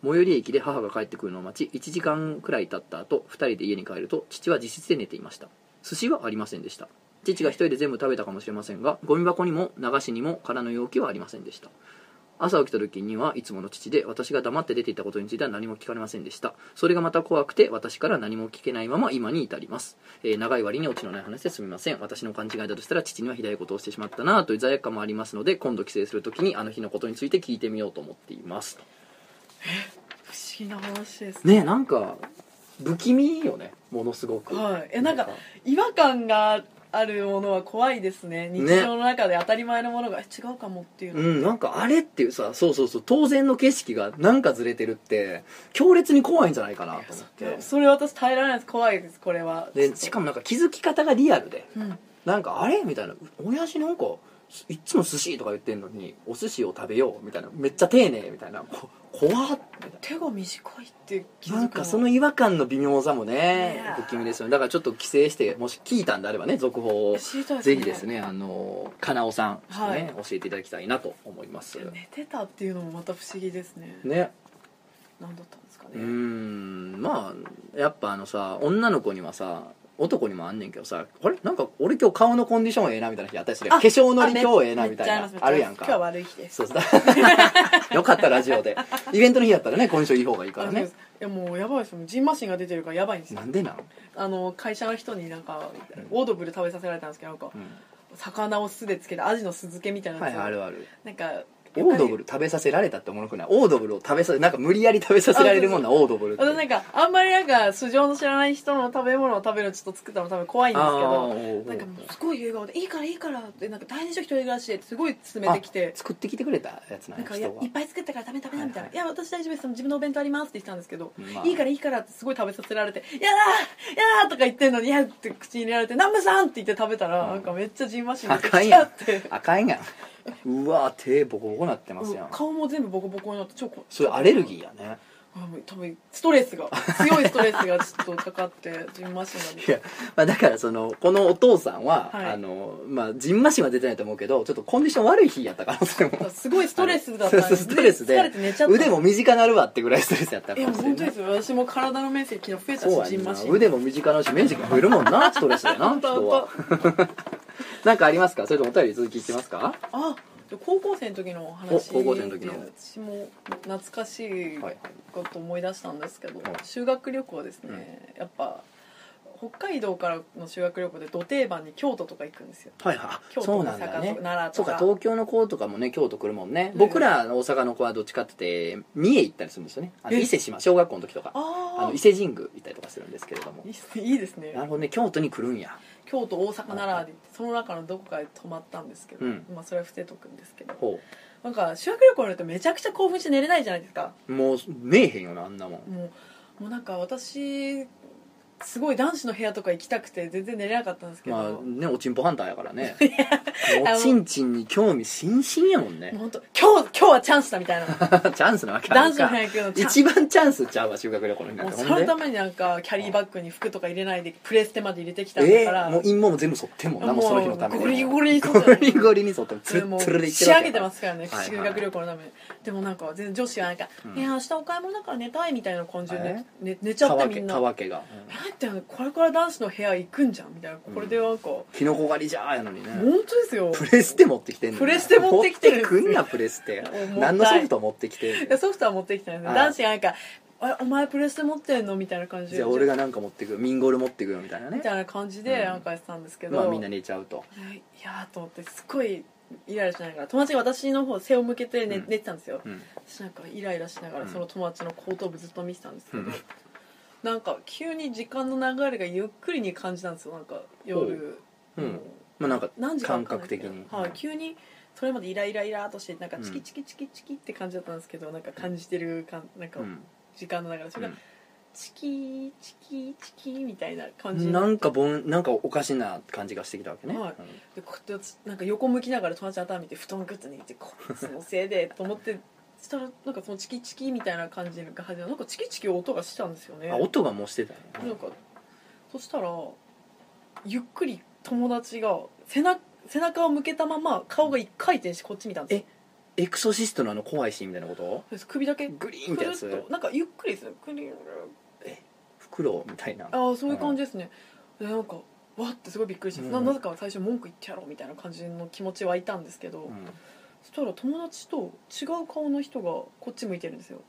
Speaker 1: 最寄り駅で母が帰ってくるのを待ち1時間くらい経った後2人で家に帰ると父は自室で寝ていました寿司はありませんでした父が一人で全部食べたかもしれませんがゴミ箱にも流しにも空の容器はありませんでした朝起きた時にはいつもの父で私が黙って出ていたことについては何も聞かれませんでしたそれがまた怖くて私から何も聞けないまま今に至ります、えー長い割にオチのない話ですみません私の勘違いだとしたら父にはひどいことをしてしまったなという罪悪感もありますので今度帰省する時にあの日のことについて聞いてみようと思っています
Speaker 2: 不思議な話です
Speaker 1: ねえなんか不気味よねものすごく
Speaker 2: はいえなんか違和感があるものは怖いですね日常の中で当たり前のものが、え違うかもっていう
Speaker 1: う
Speaker 2: の、
Speaker 1: ん、なんかあれっていうさそうそうそう当然の景色がなんかずれてるって強烈に怖いんじゃないかなと思って
Speaker 2: それ私耐えられないです怖いですこれは
Speaker 1: でしかもなんか気づき方がリアルで
Speaker 2: も、うん
Speaker 1: なんかあれみたいな親父なんかいっつも寿司とか言ってんのにお寿司を食べようみたいなめっちゃ丁寧みたいなこ怖っみたい
Speaker 2: 手が短いって気づく
Speaker 1: ななんかその違和感の微妙さもね
Speaker 2: ねえ
Speaker 1: 不気味ですよねだからちょっと帰省してもし聞いたんであればね続報を
Speaker 2: 知りたい
Speaker 1: ぜひですねあのかなおさん、
Speaker 2: はい
Speaker 1: ね教えていただきたいなと思います
Speaker 2: 寝てたっていうのもまた不思議ですね
Speaker 1: ね
Speaker 2: 何だったんですかね、
Speaker 1: うーんまあやっぱあのさ女の子にはさ男にもあんねんけどさあれなんか俺今日顔のコンディションええなみたいな日あったりするやん
Speaker 2: あ
Speaker 1: 化粧のり
Speaker 2: あめ
Speaker 1: 今日ええなみたい
Speaker 2: め
Speaker 1: な
Speaker 2: っちゃ
Speaker 1: あるやん
Speaker 2: 今日は
Speaker 1: か
Speaker 2: 悪い日です
Speaker 1: そうだ *laughs* よかったラジオでイベントの日やったらねコンディションいい方がいいから
Speaker 2: あそうで
Speaker 1: ね
Speaker 2: すいやもうやばいですよジンマシンが出てるからやばいんですよ
Speaker 1: なんでなん、
Speaker 2: あの会社の人になんか
Speaker 1: うん
Speaker 2: オードブル食べさせられたんですけどなんか
Speaker 1: うん魚
Speaker 2: 魚を酢でつけてアジの酢漬けみたいな
Speaker 1: はいあ
Speaker 2: を
Speaker 1: るある
Speaker 2: なんか
Speaker 1: オードブル食べさせられたっておもろくないオードブルを食べさせなんか無理やり食べさせられるもんなオードブルって
Speaker 2: 私なんかあんまりなんか素性の知らない人の食べ物を食べるのちょっと作ったの多分怖いんですけ
Speaker 1: あーお
Speaker 2: ど
Speaker 1: うおう
Speaker 2: なんかもうすごい笑顔で「いいからいいから」ってなんか大変でしょ一人暮らしですごい詰めてきて
Speaker 1: あ作ってきてくれたやつなんや
Speaker 2: なんかいや
Speaker 1: 人が
Speaker 2: いっぱい作ったから食べ食べなみたいな「
Speaker 1: はい
Speaker 2: いや私大丈夫です自分のお弁当あります」って言ってたんですけど
Speaker 1: まあ
Speaker 2: 「いいからいいから」ってすごい食べさせられて「やだーやだ!」とか言ってんのに「いや!」って口に入れられて「南部さん!」って言って食べたら
Speaker 1: うん
Speaker 2: なんかめっちゃジンマシン出て
Speaker 1: あかん
Speaker 2: きち
Speaker 1: やん
Speaker 2: ゃって
Speaker 1: あかんやん *laughs* うわ手ボコボコなってますやん
Speaker 2: 顔も全部ボコボコになって超こ
Speaker 1: それアレルギーやね
Speaker 2: あもう多分ストレスが強いストレスがちょっとかかってジンマシンが出
Speaker 1: い
Speaker 2: て
Speaker 1: や、まあ、だからそのこのお父さんは、
Speaker 2: はい
Speaker 1: あのまあじんましんは出てないと思うけどちょっとコンディション悪い日やったからそれも
Speaker 2: す *laughs* ごいストレスだったん
Speaker 1: そうそうストレスで
Speaker 2: 疲れて寝ちゃった
Speaker 1: 腕も身近なるわってぐらいストレスやった
Speaker 2: い
Speaker 1: か
Speaker 2: や
Speaker 1: もしれ
Speaker 2: 本
Speaker 1: な
Speaker 2: 当
Speaker 1: い
Speaker 2: ですよ私も体の面積が増えた
Speaker 1: そう
Speaker 2: しジ
Speaker 1: や
Speaker 2: ン
Speaker 1: ん
Speaker 2: マ
Speaker 1: な
Speaker 2: シン
Speaker 1: 腕も身近なるし面積も増えるもん
Speaker 2: *laughs*
Speaker 1: なストレスやな
Speaker 2: 本当
Speaker 1: 人は *laughs* なんかありますかそれともお便り続きいきますか
Speaker 2: あじゃあ高校生の時のお
Speaker 1: お
Speaker 2: 話
Speaker 1: 高校生の時の
Speaker 2: で私も懐かしい
Speaker 1: はい
Speaker 2: こと思い出したんですけど、
Speaker 1: はい
Speaker 2: 修学旅行ですね、やっぱ北海道からの修学旅行でど定番に京都とか行くんですよ
Speaker 1: はいは
Speaker 2: 京
Speaker 1: そう
Speaker 2: 都
Speaker 1: なんだね
Speaker 2: 大阪とか奈良
Speaker 1: そ
Speaker 2: と
Speaker 1: うか
Speaker 2: か
Speaker 1: 東京の子とかもね京都来るもんね
Speaker 2: うん
Speaker 1: 僕ら大阪の子はどっちかって言って三重行ったりするんですよねあの
Speaker 2: え
Speaker 1: 伊勢島小学校の時とかあ
Speaker 2: あ
Speaker 1: の
Speaker 2: あ
Speaker 1: 伊勢神宮行ったりとかするんですけれども
Speaker 2: いいっすいいですね
Speaker 1: なるほどね京都に来るんや
Speaker 2: 京都大阪奈良で行ってその中のどこかで泊まったんですけど、
Speaker 1: うん
Speaker 2: まあ、それは伏せとくんですけど
Speaker 1: ほ
Speaker 2: なんか修学旅行になるとめちゃくちゃ興奮して寝れないじゃないですか
Speaker 1: うもうねえへんよなあんなもん
Speaker 2: もうもうなんか私すごい男子の部屋とか行きたくて全然寝れなかったんですけど、
Speaker 1: まあ
Speaker 2: も
Speaker 1: ねおちんぽハンターやから
Speaker 2: *laughs*
Speaker 1: ね
Speaker 2: あ
Speaker 1: お
Speaker 2: の
Speaker 1: ちんちんに興味津々やもん
Speaker 2: う
Speaker 1: ね
Speaker 2: 本当今日今日はチャンスだみたい
Speaker 1: *laughs*
Speaker 2: な
Speaker 1: チャンスなわけあ
Speaker 2: 男
Speaker 1: る
Speaker 2: 子の
Speaker 1: か
Speaker 2: 部屋行くのチャンス
Speaker 1: 一番チャンスちゃうわ修学旅行にな
Speaker 2: も
Speaker 1: ん
Speaker 2: う
Speaker 1: て
Speaker 2: そ
Speaker 1: ほん
Speaker 2: の
Speaker 1: で
Speaker 2: ためになんかキャリーバッグに服とか入れないでプレステまで入れてきたんだ
Speaker 1: え
Speaker 2: か
Speaker 1: ー、
Speaker 2: ら、
Speaker 1: もう陰謀も全部剃ってんもんなもうその日のために
Speaker 2: ゴリゴリに
Speaker 1: *laughs* ゴ
Speaker 2: 剃って
Speaker 1: リゴリに剃ってつる
Speaker 2: もう
Speaker 1: つるでいって
Speaker 2: 仕
Speaker 1: るわ
Speaker 2: 上
Speaker 1: けだか
Speaker 2: げて
Speaker 1: ら
Speaker 2: ますからね
Speaker 1: はいはい
Speaker 2: 修学旅行のためにでもなんか全然女子はなんか「
Speaker 1: うん
Speaker 2: いや明日お買い物だから寝たい」みたいな感じで
Speaker 1: え
Speaker 2: ね寝寝ちゃってみんな「
Speaker 1: た
Speaker 2: だ
Speaker 1: わけたわけが、うん
Speaker 2: ってこれから男子の部屋行くんじゃん」みたいなこれでなんか、
Speaker 1: キノコ狩りじゃーやのにね
Speaker 2: 本当ですよ
Speaker 1: プレステ持ってきてんの
Speaker 2: プレステ持ってきてるんです
Speaker 1: 持ってくんなプレステ
Speaker 2: 重たい
Speaker 1: 何のソフト持ってきてん
Speaker 2: いや
Speaker 1: の
Speaker 2: ソフトは持ってきてないんです
Speaker 1: あ
Speaker 2: よ
Speaker 1: あ
Speaker 2: 男子がなんか「あお前プレステ持ってんの?」みたいな感じで
Speaker 1: じゃあ俺がなんか持ってくよミンゴル持ってくよみたいなね
Speaker 2: みたいな感じ
Speaker 1: うん
Speaker 2: でなんかやってたんですけど、
Speaker 1: まあみんな寝ちゃうと
Speaker 2: いやいやーと思ってすっごいイライラしながら友達が私の方背を向けて寝,、
Speaker 1: うん
Speaker 2: 寝てたんですよ
Speaker 1: うん
Speaker 2: 私なんかイライラしな
Speaker 1: う
Speaker 2: がら
Speaker 1: ん
Speaker 2: その友達の後頭部ずっと見てたんですけど、
Speaker 1: うん
Speaker 2: なんか急に時間の流れがゆっくりに感じたんですよなんか夜、
Speaker 1: ううんまあなんか
Speaker 2: 何時かわかんないですけど
Speaker 1: 感覚的に
Speaker 2: はい、急にそれまでイライライラーっとしてなんかチキチキチキチキって感じだったんですけどなんか感じてるかんなんか
Speaker 1: うん
Speaker 2: 時間の流れそれがチキーチキーチキーみたいな感じになっ
Speaker 1: なんかぼんなんかおかしな感じがしてきたわけね、
Speaker 2: はいでこうやってなんか横向きながら友達の頭見て布団グッと握ってこいつのせいでと思ってしたらなんかそのチキチキみたいな感じが始まるなんかチキチキ音がしたんですよ
Speaker 1: う
Speaker 2: ね
Speaker 1: んあ音がもうしてたよ
Speaker 2: なん
Speaker 1: ね
Speaker 2: かそしたらゆっくり友達が背中背中を向けたまま顔が一回転してこっち見たんですよ
Speaker 1: エクソシストのあの怖いシーンみたいなこと
Speaker 2: そうです首だけ
Speaker 1: グリーンっ
Speaker 2: く
Speaker 1: て
Speaker 2: る
Speaker 1: や
Speaker 2: っ
Speaker 1: つ
Speaker 2: となんかゆっくりですよくる
Speaker 1: フクロウみたいな
Speaker 2: ああそういう感じですね、でなんかわってすごいびっくりして、
Speaker 1: うん
Speaker 2: ななぜか最初文句言ってやろうみたいな感じの気持ちはいたんですけど、
Speaker 1: うん
Speaker 2: そしたら友達と違う顔の人がこっち向いてるんですよ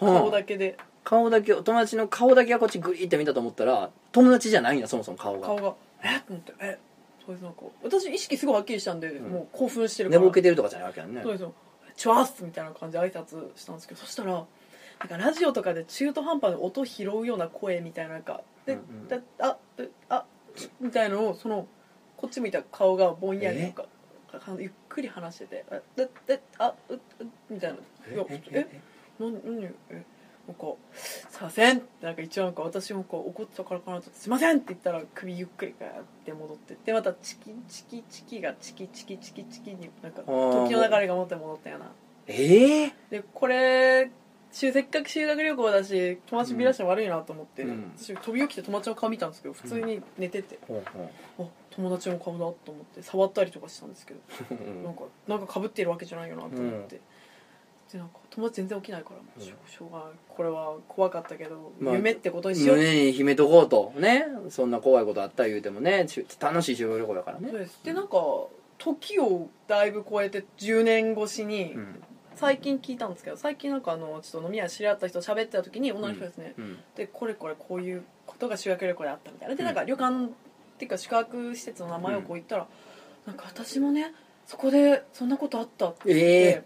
Speaker 1: は
Speaker 2: 顔
Speaker 1: あ
Speaker 2: だけで
Speaker 1: 顔だけを友達の顔だけがこっちグリーって見たと思ったら友達じゃないんだそもそも顔が
Speaker 2: 顔がえっと思ってえそうですなんか私意識すごいはっきりしたんで、
Speaker 1: ん
Speaker 2: もう興奮してるか
Speaker 1: 寝
Speaker 2: ら
Speaker 1: ぼけてるとかじゃないわけやんね
Speaker 2: そうですよチュワースみたいな感じで挨拶したんですけどそしたらなんかラジオとかで中途半端な音拾うような声みたいななんかで、
Speaker 1: うんうん
Speaker 2: だあであみたいなのをそのこっち向いた顔がぼんやりなんかかゆっくり話しててあでであううみたいな
Speaker 1: え
Speaker 2: いや
Speaker 1: え
Speaker 2: え何何えなんか「すいません」ってなんか一応なんか私もこう怒ってたからかなと「すいません」って言ったら首ゆっくりガーって戻ってってまたチキチキチキがチキチキチキチキになんか
Speaker 1: ー
Speaker 2: 時の流れが戻って戻ったような
Speaker 1: ええ
Speaker 2: でこれ修せっかく修学旅行だし友達見出したら悪いなと思って、
Speaker 1: うん
Speaker 2: 私飛び起きて友達の顔見たんですけど普通に寝てて、
Speaker 1: ほうほ
Speaker 2: あ友達の顔だと思って触ったりとかしたんですけど
Speaker 1: う
Speaker 2: なんかなんか被ってるわけじゃないよなと思って、でなんか友達全然起きないからもうしょしょうがないこれは怖かったけど、
Speaker 1: まあ
Speaker 2: 夢ってことにしよう、
Speaker 1: 胸に秘めとこうとねそんな怖いことあった言うてもねちゅ楽しい修学旅行だから
Speaker 2: そう
Speaker 1: ね
Speaker 2: ですでなんか時をだいぶ超えて10年越しに、
Speaker 1: うん
Speaker 2: 最近聞いたんですけど最近なんかあのちょっと飲み屋で知り合った人と喋ってた時に女の人ですね、
Speaker 1: うん
Speaker 2: でこれこれこういうことが修学旅行であったみたいなで
Speaker 1: うん
Speaker 2: なんか旅館っていうか宿泊施設の名前をこう言ったら、なんか私もねそこでそんなことあったって言って、
Speaker 1: え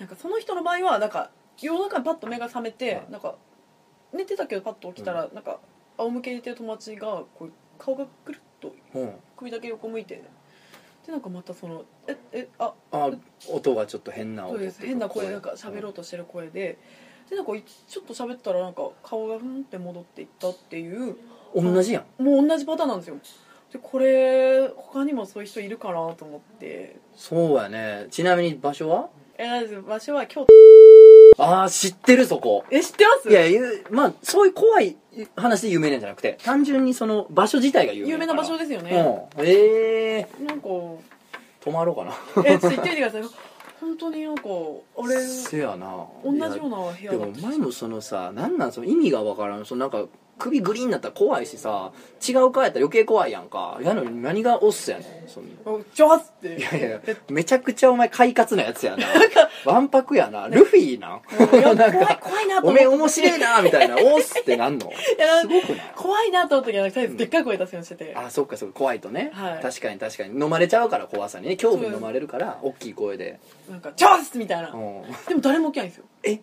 Speaker 2: なんかその人の場合はなんか夜中にパッと目が覚めて、
Speaker 1: はい
Speaker 2: なんか寝てたけどパッと起きたら、なんか仰向けにいてる友達がこう顔がくるっと
Speaker 1: うん
Speaker 2: 首だけ横向いてでなんかまたその「ええあ
Speaker 1: あ音がちょっと変な
Speaker 2: そう
Speaker 1: 音
Speaker 2: です変な声なんか喋ろうとしてる声で、でなんかいちょっと喋ったらなんか顔がふんって戻っていったっていう
Speaker 1: うん同じやん
Speaker 2: もう同じパターンなんですよでこれ他にもそういう人いるかなと思って
Speaker 1: そうやねちなみに場所は
Speaker 2: えなんです場所は京都
Speaker 1: ああ知ってるそこ
Speaker 2: え知ってます
Speaker 1: いやいうまあそういう怖い話で有名なんじゃなくて単純にその場所自体が有名
Speaker 2: 有名な場所
Speaker 1: で
Speaker 2: ですよね、
Speaker 1: ねうんええ
Speaker 2: なんか
Speaker 1: 泊まろうかな
Speaker 2: えちょっと言ってみてください本当になんかあれ
Speaker 1: せやな
Speaker 2: 同じような部屋
Speaker 1: でも
Speaker 2: だった
Speaker 1: 前もそのさ何なんその意味がわからんそのなんか首グリーンになったら怖いしさ違うかやったら余計怖いやんかやのに何がオスやねんそのい
Speaker 2: あジョーズって
Speaker 1: やいやめちゃくちゃお前快活なやつやな
Speaker 2: *laughs*
Speaker 1: わんぱくやなルフィなん
Speaker 2: いや
Speaker 1: なん
Speaker 2: 怖い
Speaker 1: か
Speaker 2: 怖いなと
Speaker 1: お
Speaker 2: 思っ
Speaker 1: めえ
Speaker 2: て
Speaker 1: 面白いなみたいなオスってなん
Speaker 2: *laughs*
Speaker 1: の
Speaker 2: いや
Speaker 1: すごくない
Speaker 2: 怖いなと思ったけどなんかとりあえずでっかい声出すようにしてて、
Speaker 1: あそっかそっか怖いとね、
Speaker 2: はい
Speaker 1: 確かに確かに飲まれちゃうから怖さにね恐怖
Speaker 2: そう
Speaker 1: に
Speaker 2: です
Speaker 1: 飲まれるから大きい声で、
Speaker 2: なんか「ジョーズ!」みたいな、
Speaker 1: うん、
Speaker 2: でも誰も起きないんですよ
Speaker 1: え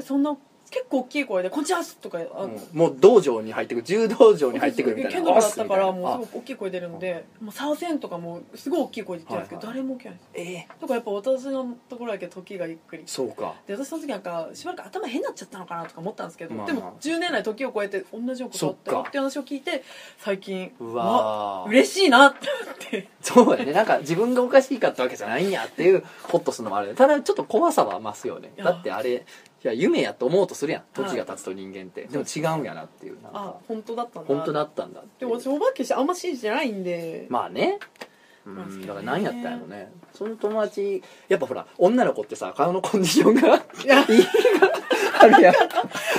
Speaker 2: そんな結構大きい声で「こんちはす」とかあ
Speaker 1: うんもう道場に入ってくる柔道場に入ってくるみたいな
Speaker 2: 剣道部だったから
Speaker 1: おっすみたいな
Speaker 2: もうすごく大きい声出るのでもうサーセンとかもすごい大きい声で言ってるんですけど
Speaker 1: はい
Speaker 2: 誰も起きないんです
Speaker 1: ええ
Speaker 2: だからやっぱ私のところだけ時がゆっくり
Speaker 1: そうか
Speaker 2: で私その時なんかしばらく頭変になっちゃったのかなとか思ったんですけど、
Speaker 1: まあ
Speaker 2: でも10年来時を超えて同じようなことあった
Speaker 1: そっ
Speaker 2: よ
Speaker 1: か
Speaker 2: って話を聞いて最近
Speaker 1: う
Speaker 2: わ
Speaker 1: わー
Speaker 2: 嬉しいなって思って
Speaker 1: *laughs* そうやねなんか自分がおかしいかってわけじゃないんやっていうホッとするのもあるねただちょっと怖さは増すよね
Speaker 2: いや
Speaker 1: だってあれいや夢やと思うとするやん
Speaker 2: はい
Speaker 1: 時が経つと人間って、でも違うんやなっていうなん
Speaker 2: あ
Speaker 1: か
Speaker 2: 本当だったんだ
Speaker 1: 本当だったんだってい
Speaker 2: で
Speaker 1: う
Speaker 2: も私お化けしてあんま信じてないんで、
Speaker 1: まあねう
Speaker 2: まあそうね
Speaker 1: んだから何やったんやろねその友達やっぱほら女の子ってさ顔のコンディションが
Speaker 2: いや
Speaker 1: いいがあるやん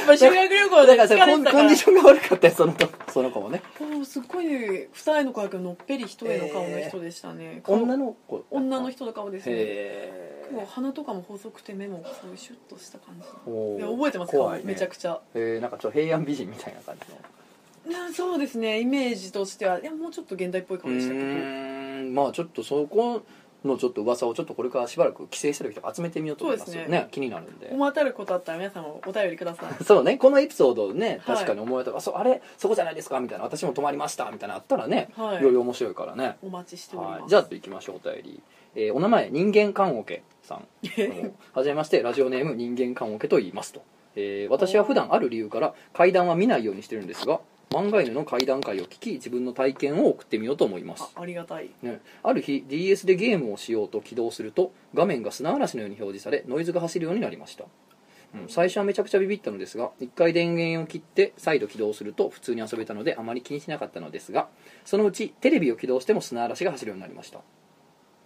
Speaker 2: まあ修学旅行
Speaker 1: だ
Speaker 2: で
Speaker 1: から
Speaker 2: 疲れて
Speaker 1: さ
Speaker 2: たか
Speaker 1: コンコンディションが悪かったよその子その子もね
Speaker 2: らおすっごいね二重の顔やけどのっぺり一重の顔の人でしたね、顔
Speaker 1: 女の子
Speaker 2: 女の
Speaker 1: 人
Speaker 2: 人の顔ですね
Speaker 1: へ
Speaker 2: もう鼻とかも細くて目もすごいシュッとした感じ
Speaker 1: えお
Speaker 2: い
Speaker 1: ー
Speaker 2: や覚えてます
Speaker 1: 怖
Speaker 2: か、
Speaker 1: いね
Speaker 2: めちゃくちゃ
Speaker 1: えー、なんかちょっと平安美人みたいな感じの
Speaker 2: なそうですねイメージとしてはいやもうちょっと現代っぽい顔でしたけど
Speaker 1: ーんまあちょっとそこのちょっと噂をちょっとこれからしばらく規制してる人集めてみようと思います
Speaker 2: そう
Speaker 1: よ
Speaker 2: で
Speaker 1: ね
Speaker 2: すね
Speaker 1: 気になるんで
Speaker 2: 思い当たることあったら皆さんもお便りください
Speaker 1: そうねこのエピソードをね
Speaker 2: はい
Speaker 1: 確かに思えたら、あそうあれそこじゃないですかみたいな私も泊まりましたみたいなのあったらね、
Speaker 2: はい
Speaker 1: いろいろ面白いからね、
Speaker 2: お待ちしておりま
Speaker 1: は
Speaker 2: す、
Speaker 1: い、じゃあ行きましょうお便り、えーお名前人間棺桶さ
Speaker 2: *laughs*
Speaker 1: んはじめましてラジオネーム人間棺桶と言いますと、えー私は普段ある理由から階段は見ないようにしてるんですが漫画犬の階段会を聞き自分の体験を送ってみようと思います
Speaker 2: あありがたい
Speaker 1: ね、ある日 DS でゲームをしようと起動すると画面が砂嵐のように表示されノイズが走るようになりました、うん、最初はめちゃくちゃビビったのですが1回電源を切って再度起動すると普通に遊べたのであまり気にしなかったのですがそのうちテレビを起動しても砂嵐が走るようになりました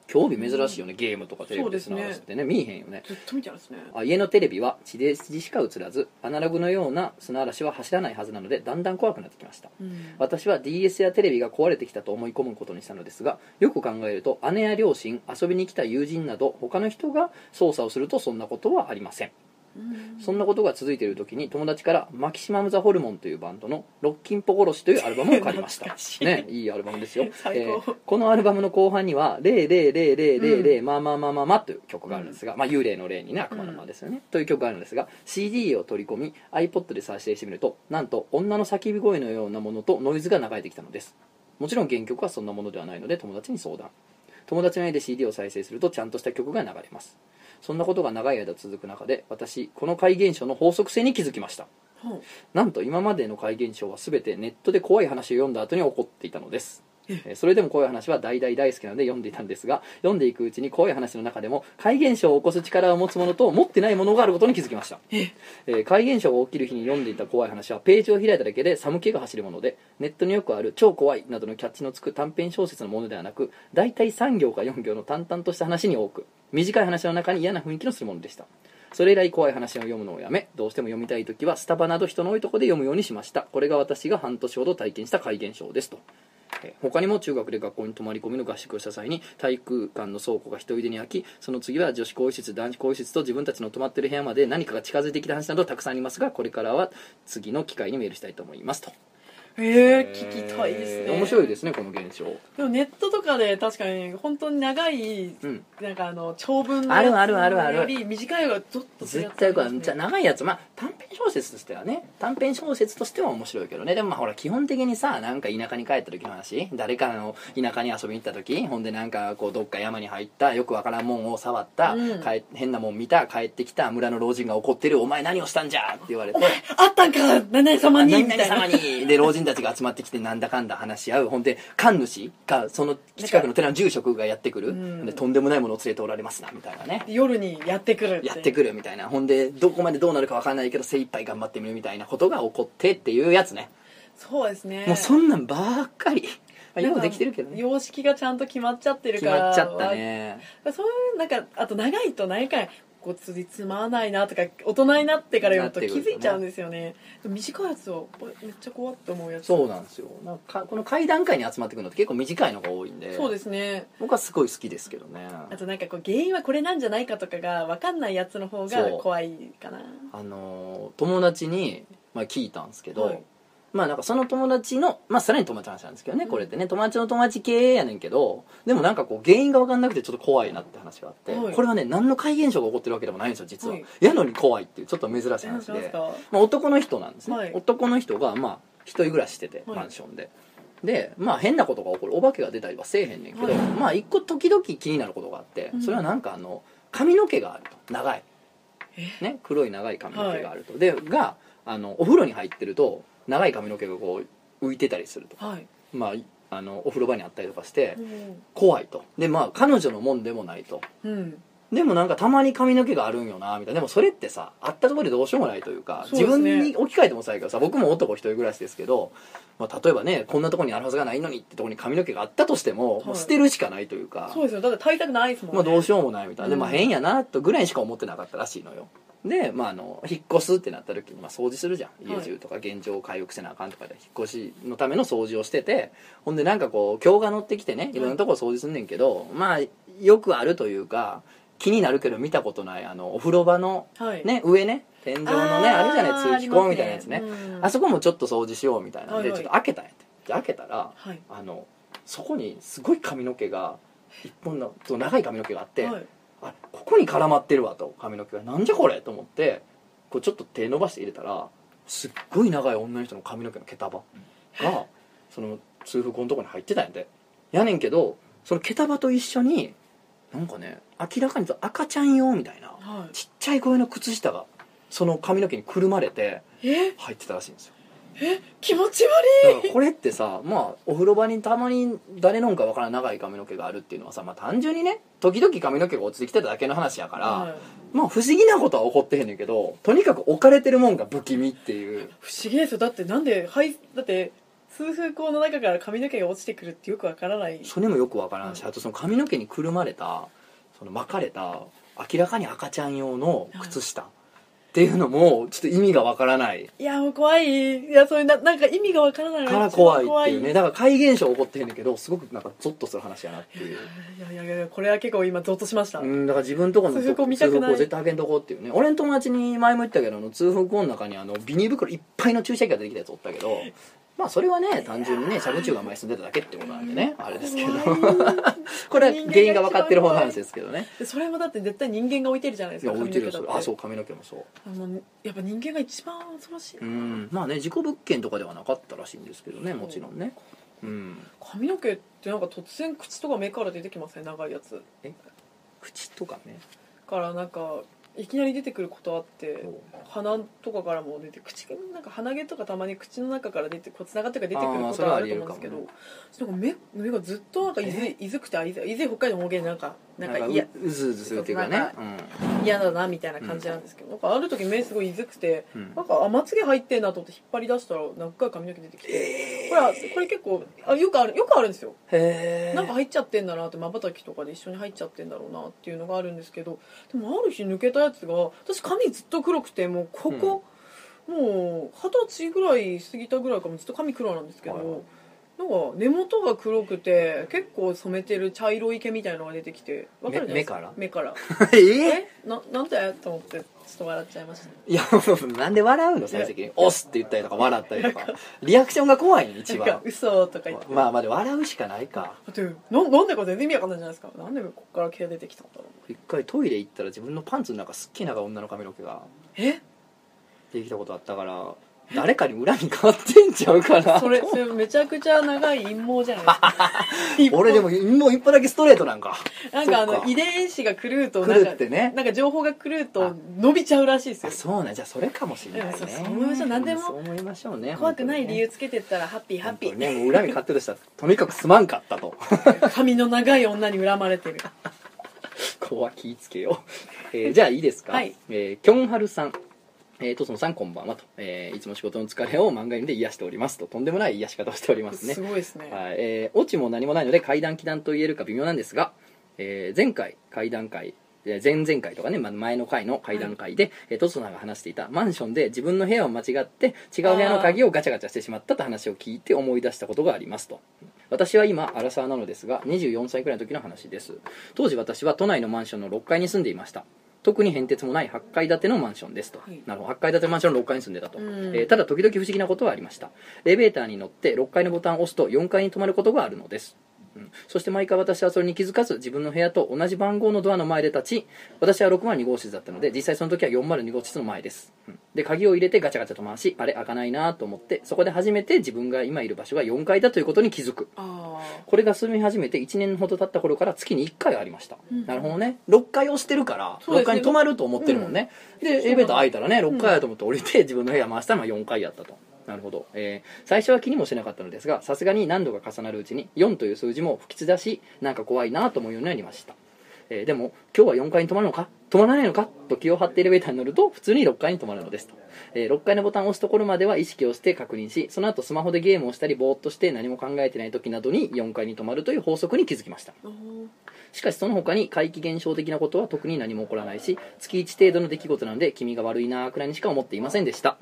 Speaker 1: 興味珍しいよね、ゲームとかテレビで砂嵐ってね見えへんよね
Speaker 2: ずっと見てますね
Speaker 1: あ家のテレビは地デジしか映らずアナログのような砂嵐は走らないはずなのでだんだん怖くなってきました
Speaker 2: うん
Speaker 1: 私は DS やテレビが壊れてきたと思い込むことにしたのですがよく考えると姉や両親遊びに来た友人など他の人が操作をするとそんなことはありません
Speaker 2: うん
Speaker 1: そんなことが続いている時に友達からマキシマム・ザ・ホルモンというバンドの「ロッキンポ殺し」というアルバムを借りました
Speaker 2: 懐かしい
Speaker 1: ね、いいアルバムですよ *laughs*
Speaker 2: 最高
Speaker 1: このアルバムの後半には「000000、まあまあまあまあまあ」という曲があるんですが、まあ、幽霊の霊にね悪魔の間ですよね、という曲があるんですが CD を取り込み iPod で再生してみるとなんと女の叫び声のようなものとノイズが流れてきたのですもちろん原曲はそんなものではないので友達に相談友達の家で CD を再生するとちゃんとした曲が流れますそんなことが長い間続く中で私この怪現象の法則性に気づきました
Speaker 2: ほ
Speaker 1: なんと今までの怪現象は全てネットで怖い話を読んだ後に起こっていたのですえーそれでも怖い話は大大大好きなので読んでいたんですが読んでいくうちに怖い話の中でも怪現象を起こす力を持つものと持ってないものがあることに気づきました
Speaker 2: え
Speaker 1: えー怪現象が起きる日に読んでいた怖い話はページを開いただけで寒気が走るものでネットによくある「超怖い」などのキャッチのつく短編小説のものではなく大体3行か4行の淡々とした話に多く短い話の中に嫌な雰囲気のするものでしたそれ以来怖い話を読むのをやめどうしても読みたい時はスタバなど人の多いとこで読むようにしましたこれが私が半年ほど体験した怪現象ですとえー他にも中学で学校に泊まり込みの合宿をした際に体育館の倉庫が人いでに開きその次は女子更衣室男子更衣室と自分たちの泊まってる部屋まで何かが近づいてきた話などたくさんありますがこれからは次の機会にメールしたいと思いますと
Speaker 2: うえー、聞きたいですね
Speaker 1: 面白い
Speaker 2: で
Speaker 1: ですねこの現象
Speaker 2: もネットとかで確かに本当に長い
Speaker 1: うん
Speaker 2: なんかあの長文
Speaker 1: あるあるあるある
Speaker 2: より短い方がゾッとす
Speaker 1: 絶
Speaker 2: るやつ
Speaker 1: 対よくあるじゃあ
Speaker 2: な
Speaker 1: 長いやつまあ短編小説としてはね短編小説としては面白いけどねでもまあほら基本的にさなんか田舎に帰った時の話誰かの田舎に遊びに行った時ほんでなんかこうどっか山に入ったよくわからんもんを触った、
Speaker 2: うん
Speaker 1: 帰変なもん見た帰ってきた村の老人が怒ってる「お前何をしたんじゃ!」って言われて
Speaker 2: あったんか何々様に
Speaker 1: 何
Speaker 2: みた
Speaker 1: 々
Speaker 2: いな
Speaker 1: 様にで老人たちが集まってきてなんだかんだ話し合うほんで神主がその近くの寺の住職がやってくる、
Speaker 2: うん
Speaker 1: でとんでもないものを連れておられますなみたいなね
Speaker 2: 夜にやってくる
Speaker 1: やってくるみたいなほんでどこまでどうなるか分かんないけど精一杯頑張ってみるみたいなことが起こってっていうやつね、
Speaker 2: そうですね
Speaker 1: もうそんなんばっか
Speaker 2: *laughs*
Speaker 1: りまあ
Speaker 2: な
Speaker 1: よう
Speaker 2: んか
Speaker 1: できてるけどね
Speaker 2: 様式がちゃんと決まっちゃってる
Speaker 1: 決
Speaker 2: から
Speaker 1: まっちゃったね
Speaker 2: そういうなんかあと長いと何回こうつじつまわないなとか大人になってから読むと
Speaker 1: なってくる
Speaker 2: 気
Speaker 1: とね
Speaker 2: づいちゃうんですよねでも短いやつをめっちゃ怖って思うやつ
Speaker 1: そうなんですよなんかこの階段階に集まってくるのって結構短いのが多いんで
Speaker 2: そうですね
Speaker 1: 僕はすごい好きですけどね
Speaker 2: あとなんかこう原因はこれなんじゃないかとかが分かんないやつの方が
Speaker 1: そう
Speaker 2: 怖いかな
Speaker 1: あのー友達に、まあ、聞いたんですけど、
Speaker 2: はい
Speaker 1: まあなんかその友達の、まあさらに友達の話なんですけどね、これってね、友達の友達系やねんけど、でもなんかこう原因が分かんなくてちょっと怖いなって話があって、
Speaker 2: はい
Speaker 1: これはね、何の怪現象が起こってるわけでもないんですよ、実は。
Speaker 2: はい
Speaker 1: やのに怖いっていう、ちょっと珍しい
Speaker 2: なん
Speaker 1: 話
Speaker 2: ですか
Speaker 1: で。まあ、男の人なんですね、
Speaker 2: はい
Speaker 1: 男の人がまあ一人暮らししてて、
Speaker 2: はい
Speaker 1: マンションででまあ変なことが起こるお化けが出たりはせえへんねんけど、
Speaker 2: はい
Speaker 1: まあ一個時々気になることがあって
Speaker 2: うん
Speaker 1: それはなんかあの髪の毛があると長い、ね、黒い長い髪の毛があると、でがあのお風呂に入ってると長い髪の毛がこう浮いてたりすると
Speaker 2: はい
Speaker 1: まあいあのお風呂場にあったりとかして
Speaker 2: うん
Speaker 1: 怖いとでまあ彼女のもんでもないと
Speaker 2: うん
Speaker 1: でもなんかたまに髪の毛があるんよなみたいなでもそれってさあったところでどうしようもないというか
Speaker 2: そう
Speaker 1: 自
Speaker 2: です
Speaker 1: 分
Speaker 2: ね
Speaker 1: に置き換えてもさやけどさ僕も男一人暮らしですけど、まあ、例えばねこんなとこにあるはずがないのにってとこに髪の毛があったとしても、
Speaker 2: はい
Speaker 1: もう捨てるしかないというか
Speaker 2: そうですよだって対策ないですもんね、
Speaker 1: まあ、どうしようもないみたいな、でまあ、
Speaker 2: うん
Speaker 1: 変やなとぐらいしか思ってなかったらしいのよで、まあ、あの引っ越すってなった時に、まあ、掃除するじゃん
Speaker 2: はい
Speaker 1: 家中とか現状を回復せなあかんとかで引っ越しのための掃除をしててほんでなんかこう強が乗ってきてねいろんなとこ掃除すんねんけど、まあよくあるというか気になるけど見たことないあのお風呂場の、
Speaker 2: はい
Speaker 1: ね、上ね天井のねあるじゃない通気口みたいなやつねあ
Speaker 2: ありますうん
Speaker 1: そこもちょっと掃除しようみたいなんで、
Speaker 2: はいはい
Speaker 1: ちょっと開けたんやってで開けたら
Speaker 2: はい
Speaker 1: あのそこにすごい髪の毛が一本のそう長い髪の毛があって、
Speaker 2: はい
Speaker 1: あここに絡まってるわと髪の毛がなんじゃこれと思ってこうちょっと手伸ばして入れたらすっごい長い女の人の髪の毛の毛束がその通風口のとこに入ってたんやでやねんけどその毛束と一緒になんかね明らかに赤ちゃん用みたいな
Speaker 2: は
Speaker 1: ちっちゃい声の靴下がその髪の毛にくるまれて
Speaker 2: いえ
Speaker 1: 入ってたらしいんですよ
Speaker 2: え気持ち悪
Speaker 1: だからこれってさまあお風呂場にたまに誰のんかわからん長い髪の毛があるっていうのはさ、まあ、単純にね時々髪の毛が落ちてきてただけの話やから、
Speaker 2: い、はい、
Speaker 1: まあ不思議なことは起こってへんねんけどとにかく置かれてるもんが不気味っていう
Speaker 2: 不思議ですよだってなんではいだって通風口の中から髪の毛が落ちてくるってよくわからない
Speaker 1: それもよくわからんしあとその髪の毛にくるまれたその巻かれた明らかに赤ちゃん用の靴下っていうのもちょっと意味がわからない
Speaker 2: いやもう怖いいやそういうななんか意味がわからないの
Speaker 1: か
Speaker 2: が
Speaker 1: ら
Speaker 2: 一番
Speaker 1: 怖いっていうねだから怪現象起こってへんねんけどすごくなんかゾッとする話やなっていう。
Speaker 2: いやいやいやいやこれは結構今ゾッとしました、
Speaker 1: うん、だから自分とこの
Speaker 2: 通風口見た
Speaker 1: 通
Speaker 2: くない
Speaker 1: 風口絶対開けんとこっていうね俺の友達に前も言ったけどあの通風口の中にあのビニール袋いっぱいの注射器が出てきたやつおったけどまあそれはね単純にねシャブ中が前住んでただけってことなんでねあれですけ
Speaker 2: *laughs*
Speaker 1: どこれは原因が分かってる方の話ですけどね
Speaker 2: でそれもだって絶対人間が置いてるじゃないで
Speaker 1: い
Speaker 2: す
Speaker 1: や
Speaker 2: か
Speaker 1: 置いてるよそれあそうう髪の毛もそう
Speaker 2: あのやっぱ人間が一番恐ろしい、
Speaker 1: うんまあね事故物件とかではなかったらしいんですけどねもちろんねうん
Speaker 2: 髪の毛ってなんか突然口とか目から出てきません長いやつ
Speaker 1: 口とかね
Speaker 2: からなんかいきなり出てくることあって
Speaker 1: こう
Speaker 2: 鼻とかからも出て口がなんか鼻毛とかたまに口の中から出てこうつながってから出て
Speaker 1: あ
Speaker 2: くる
Speaker 1: ー
Speaker 2: こ
Speaker 1: それ
Speaker 2: と
Speaker 1: は
Speaker 2: は
Speaker 1: あ
Speaker 2: あ
Speaker 1: り
Speaker 2: る
Speaker 1: え
Speaker 2: と
Speaker 1: る
Speaker 2: 思
Speaker 1: か
Speaker 2: う
Speaker 1: も
Speaker 2: んですけどなんか目目がずっとなんかいずいずくてあいずいずい北海道方言でなんかなんか
Speaker 1: う
Speaker 2: 嫌
Speaker 1: うずうずするっていうかね
Speaker 2: そう嫌だなみたいな感じなんですけど、なんかある時目すごいいずくて
Speaker 1: うん、うん
Speaker 2: なんかあまつげ入ってんなと思って引っ張り出したら何回か髪の毛出てきて、
Speaker 1: え
Speaker 2: これはこれ結構あよくあるよくあるんですよ
Speaker 1: へえ
Speaker 2: なんか入っちゃってんだなってまばたきとかで一緒に入っちゃってんだろうなっていうのがあるんですけどでもある日抜けたやつが私髪ずっと黒くてもうここ、もう二十歳ぐらい過ぎたぐらいからもずっと髪黒なんですけど、
Speaker 1: はいはい
Speaker 2: なんか根元が黒くて結構染めてる茶色い毛みたいのが出てきてわかるじゃないですか目から
Speaker 1: *laughs* え
Speaker 2: えななんでと思ってちょっと笑っちゃいました
Speaker 1: いや、 *laughs* もうなんで笑うの最終的に。押すって言ったりとか、笑ったりとか。リアクションが怖いね、一
Speaker 2: なんか
Speaker 1: 番。
Speaker 2: 嘘とか言って
Speaker 1: まあまあ、で笑うしかないか。
Speaker 2: だってななんでか全然意味わかんないじゃないですかなんでこっから毛出てきたんだろう
Speaker 1: 一回トイレ行ったら自分のパンツの中すっげえ長い女の髪の毛が
Speaker 2: え
Speaker 1: できたことあったから、誰かに恨み変わってんちゃうかな
Speaker 2: *laughs* そ。れそれめちゃくちゃ長い陰謀じゃないで
Speaker 1: *laughs*
Speaker 2: すか
Speaker 1: 俺でも、もう一歩だけストレートなんか。
Speaker 2: なんかあ
Speaker 1: そっ
Speaker 2: の
Speaker 1: か
Speaker 2: 遺伝子が狂うとなん
Speaker 1: 狂っ
Speaker 2: か
Speaker 1: てね。
Speaker 2: なんか情報が狂うと伸びちゃうらしいです
Speaker 1: あ
Speaker 2: よ
Speaker 1: そうね。じゃあそれかもしれないね
Speaker 2: うんそう。そう思いましょう何でも
Speaker 1: そう思いましょうね。
Speaker 2: 怖くない理由
Speaker 1: 本
Speaker 2: つけてったらハッピ
Speaker 1: 当
Speaker 2: ー
Speaker 1: にね。
Speaker 2: ハッピー、
Speaker 1: 本当にね、もう恨み買ってる人は、とにかくすまんかったと。
Speaker 2: 髪の長い女に恨まれてる
Speaker 1: *laughs* こは気ぃつけよう、
Speaker 2: *laughs*
Speaker 1: えーじゃあいいですか、
Speaker 2: はい
Speaker 1: えーキョンハルさんえー、トソンさんこんばんはと、えーいつも仕事の疲れを漫画読んで癒しておりますととんでもない癒し方をしておりますね
Speaker 2: すごいですね、
Speaker 1: はいえーオチも何もないので階段気談と言えるか微妙なんですが、えー前回階段会えー前々回とかね、まあ、前の回の階段会で、えートソさんが話していたマンションで自分の部屋を間違って違う部屋の鍵をガチャガチャしてしまったと話を聞いて思い出したことがありますと私は今アラサーなのですが24歳くらいの時の話です当時私は都内のマンションの6階に住んでいました特に変哲もない8階建てのマンションですと、
Speaker 2: はい
Speaker 1: なるほど8階建てのマンションの6階に住んでたと、
Speaker 2: うん
Speaker 1: えーただ時々不思議なことはありましたエレベーターに乗って6階のボタンを押すと4階に止まることがあるのです、うんそして毎回私はそれに気づかず自分の部屋と同じ番号のドアの前で立ち私は602号室だったので実際その時は402号室の前です、うんで鍵を入れてガチャガチャと回しあれ開かないなと思ってそこで初めて自分が今いる場所が4階だということに気づく
Speaker 2: あ
Speaker 1: これが進み始めて1年ほど経った頃から月に1回ありました、
Speaker 2: うん
Speaker 1: なるほどね6階押してるから
Speaker 2: そう
Speaker 1: 6
Speaker 2: ですね
Speaker 1: 階に止まると思ってるもんね、でエレベーター開いたらね
Speaker 2: ん
Speaker 1: 6階やと思って降りて *laughs* 自分の部屋回したらまあ4階やったとなるほど、えー最初は気にもしなかったのですがさすがに何度か重なるうちに4という数字も吹き出しなんか怖いなと思うようになりましたえーでも今日は4階に止まるのか止まらないのかと気を張ってエレベーターに乗ると普通に6階に止まるのですと、えー6階のボタンを押すところまでは意識をして確認しその後スマホでゲームをしたりぼーっとして何も考えてない時などに4階に止まるという法則に気づきました
Speaker 2: あ
Speaker 1: しかしその他に怪奇現象的なことは特に何も起こらないし月1程度の出来事なので気味が悪いなーくらいにしか思っていませんでした、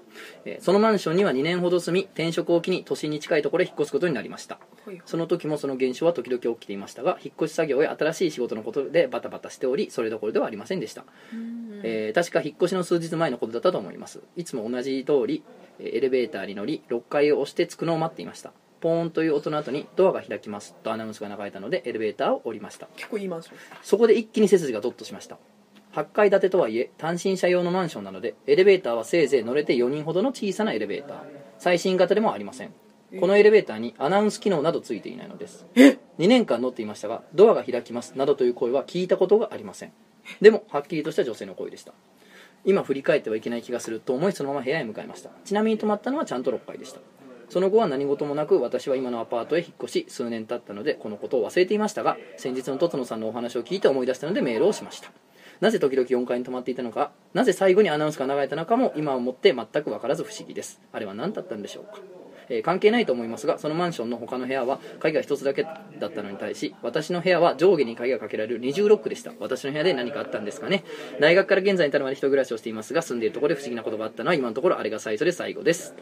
Speaker 1: えーそのマンションには2年ほど住み転職を機に都心に近いところへ引っ越すことになりました
Speaker 2: はいはい
Speaker 1: その時もその現象は時々起きていましたが引っ越し作業や新しい仕事のことでバタバタしておりそれどころではありませんでした、
Speaker 2: うん
Speaker 1: えー確か引っ越しの数日前のことだったと思いますいつも同じ通りえーエレベーターに乗り6階を押して着くのを待っていましたポーンという音の後にドアが開きますとアナウンスが流れたのでエレベーターを降りました
Speaker 2: 結構いいマンションです
Speaker 1: そこで一気に背筋がドッとしました8階建てとはいえ単身者用のマンションなのでエレベーターはせいぜい乗れて4人ほどの小さなエレベーター最新型でもありませんこのエレベーターにアナウンス機能などついていないのです2年間乗っていましたがドアが開きますなどという声は聞いたことがありませんでもはっきりとした女性の声でした今振り返ってはいけない気がすると思いそのまま部屋へ向かいましたちなみに泊まったのはちゃんと6階でしたその後は何事もなく私は今のアパートへ引っ越し数年経ったのでこのことを忘れていましたが先日のとつのさんのお話を聞いて思い出したのでメールをしましたなぜ時々4階に泊まっていたのかなぜ最後にアナウンスが流れたのかも今をもって全く分からず不思議ですあれは何だったんでしょうかえー関係ないと思いますがそのマンションの他の部屋は鍵が1つだけだったのに対し私の部屋は上下に鍵がかけられる20ロックでした私の部屋で何かあったんですかね大学から現在に至るまで一人暮らしをしていますが住んでいるところで不思議なことがあったのは今のところあれが最初で最後です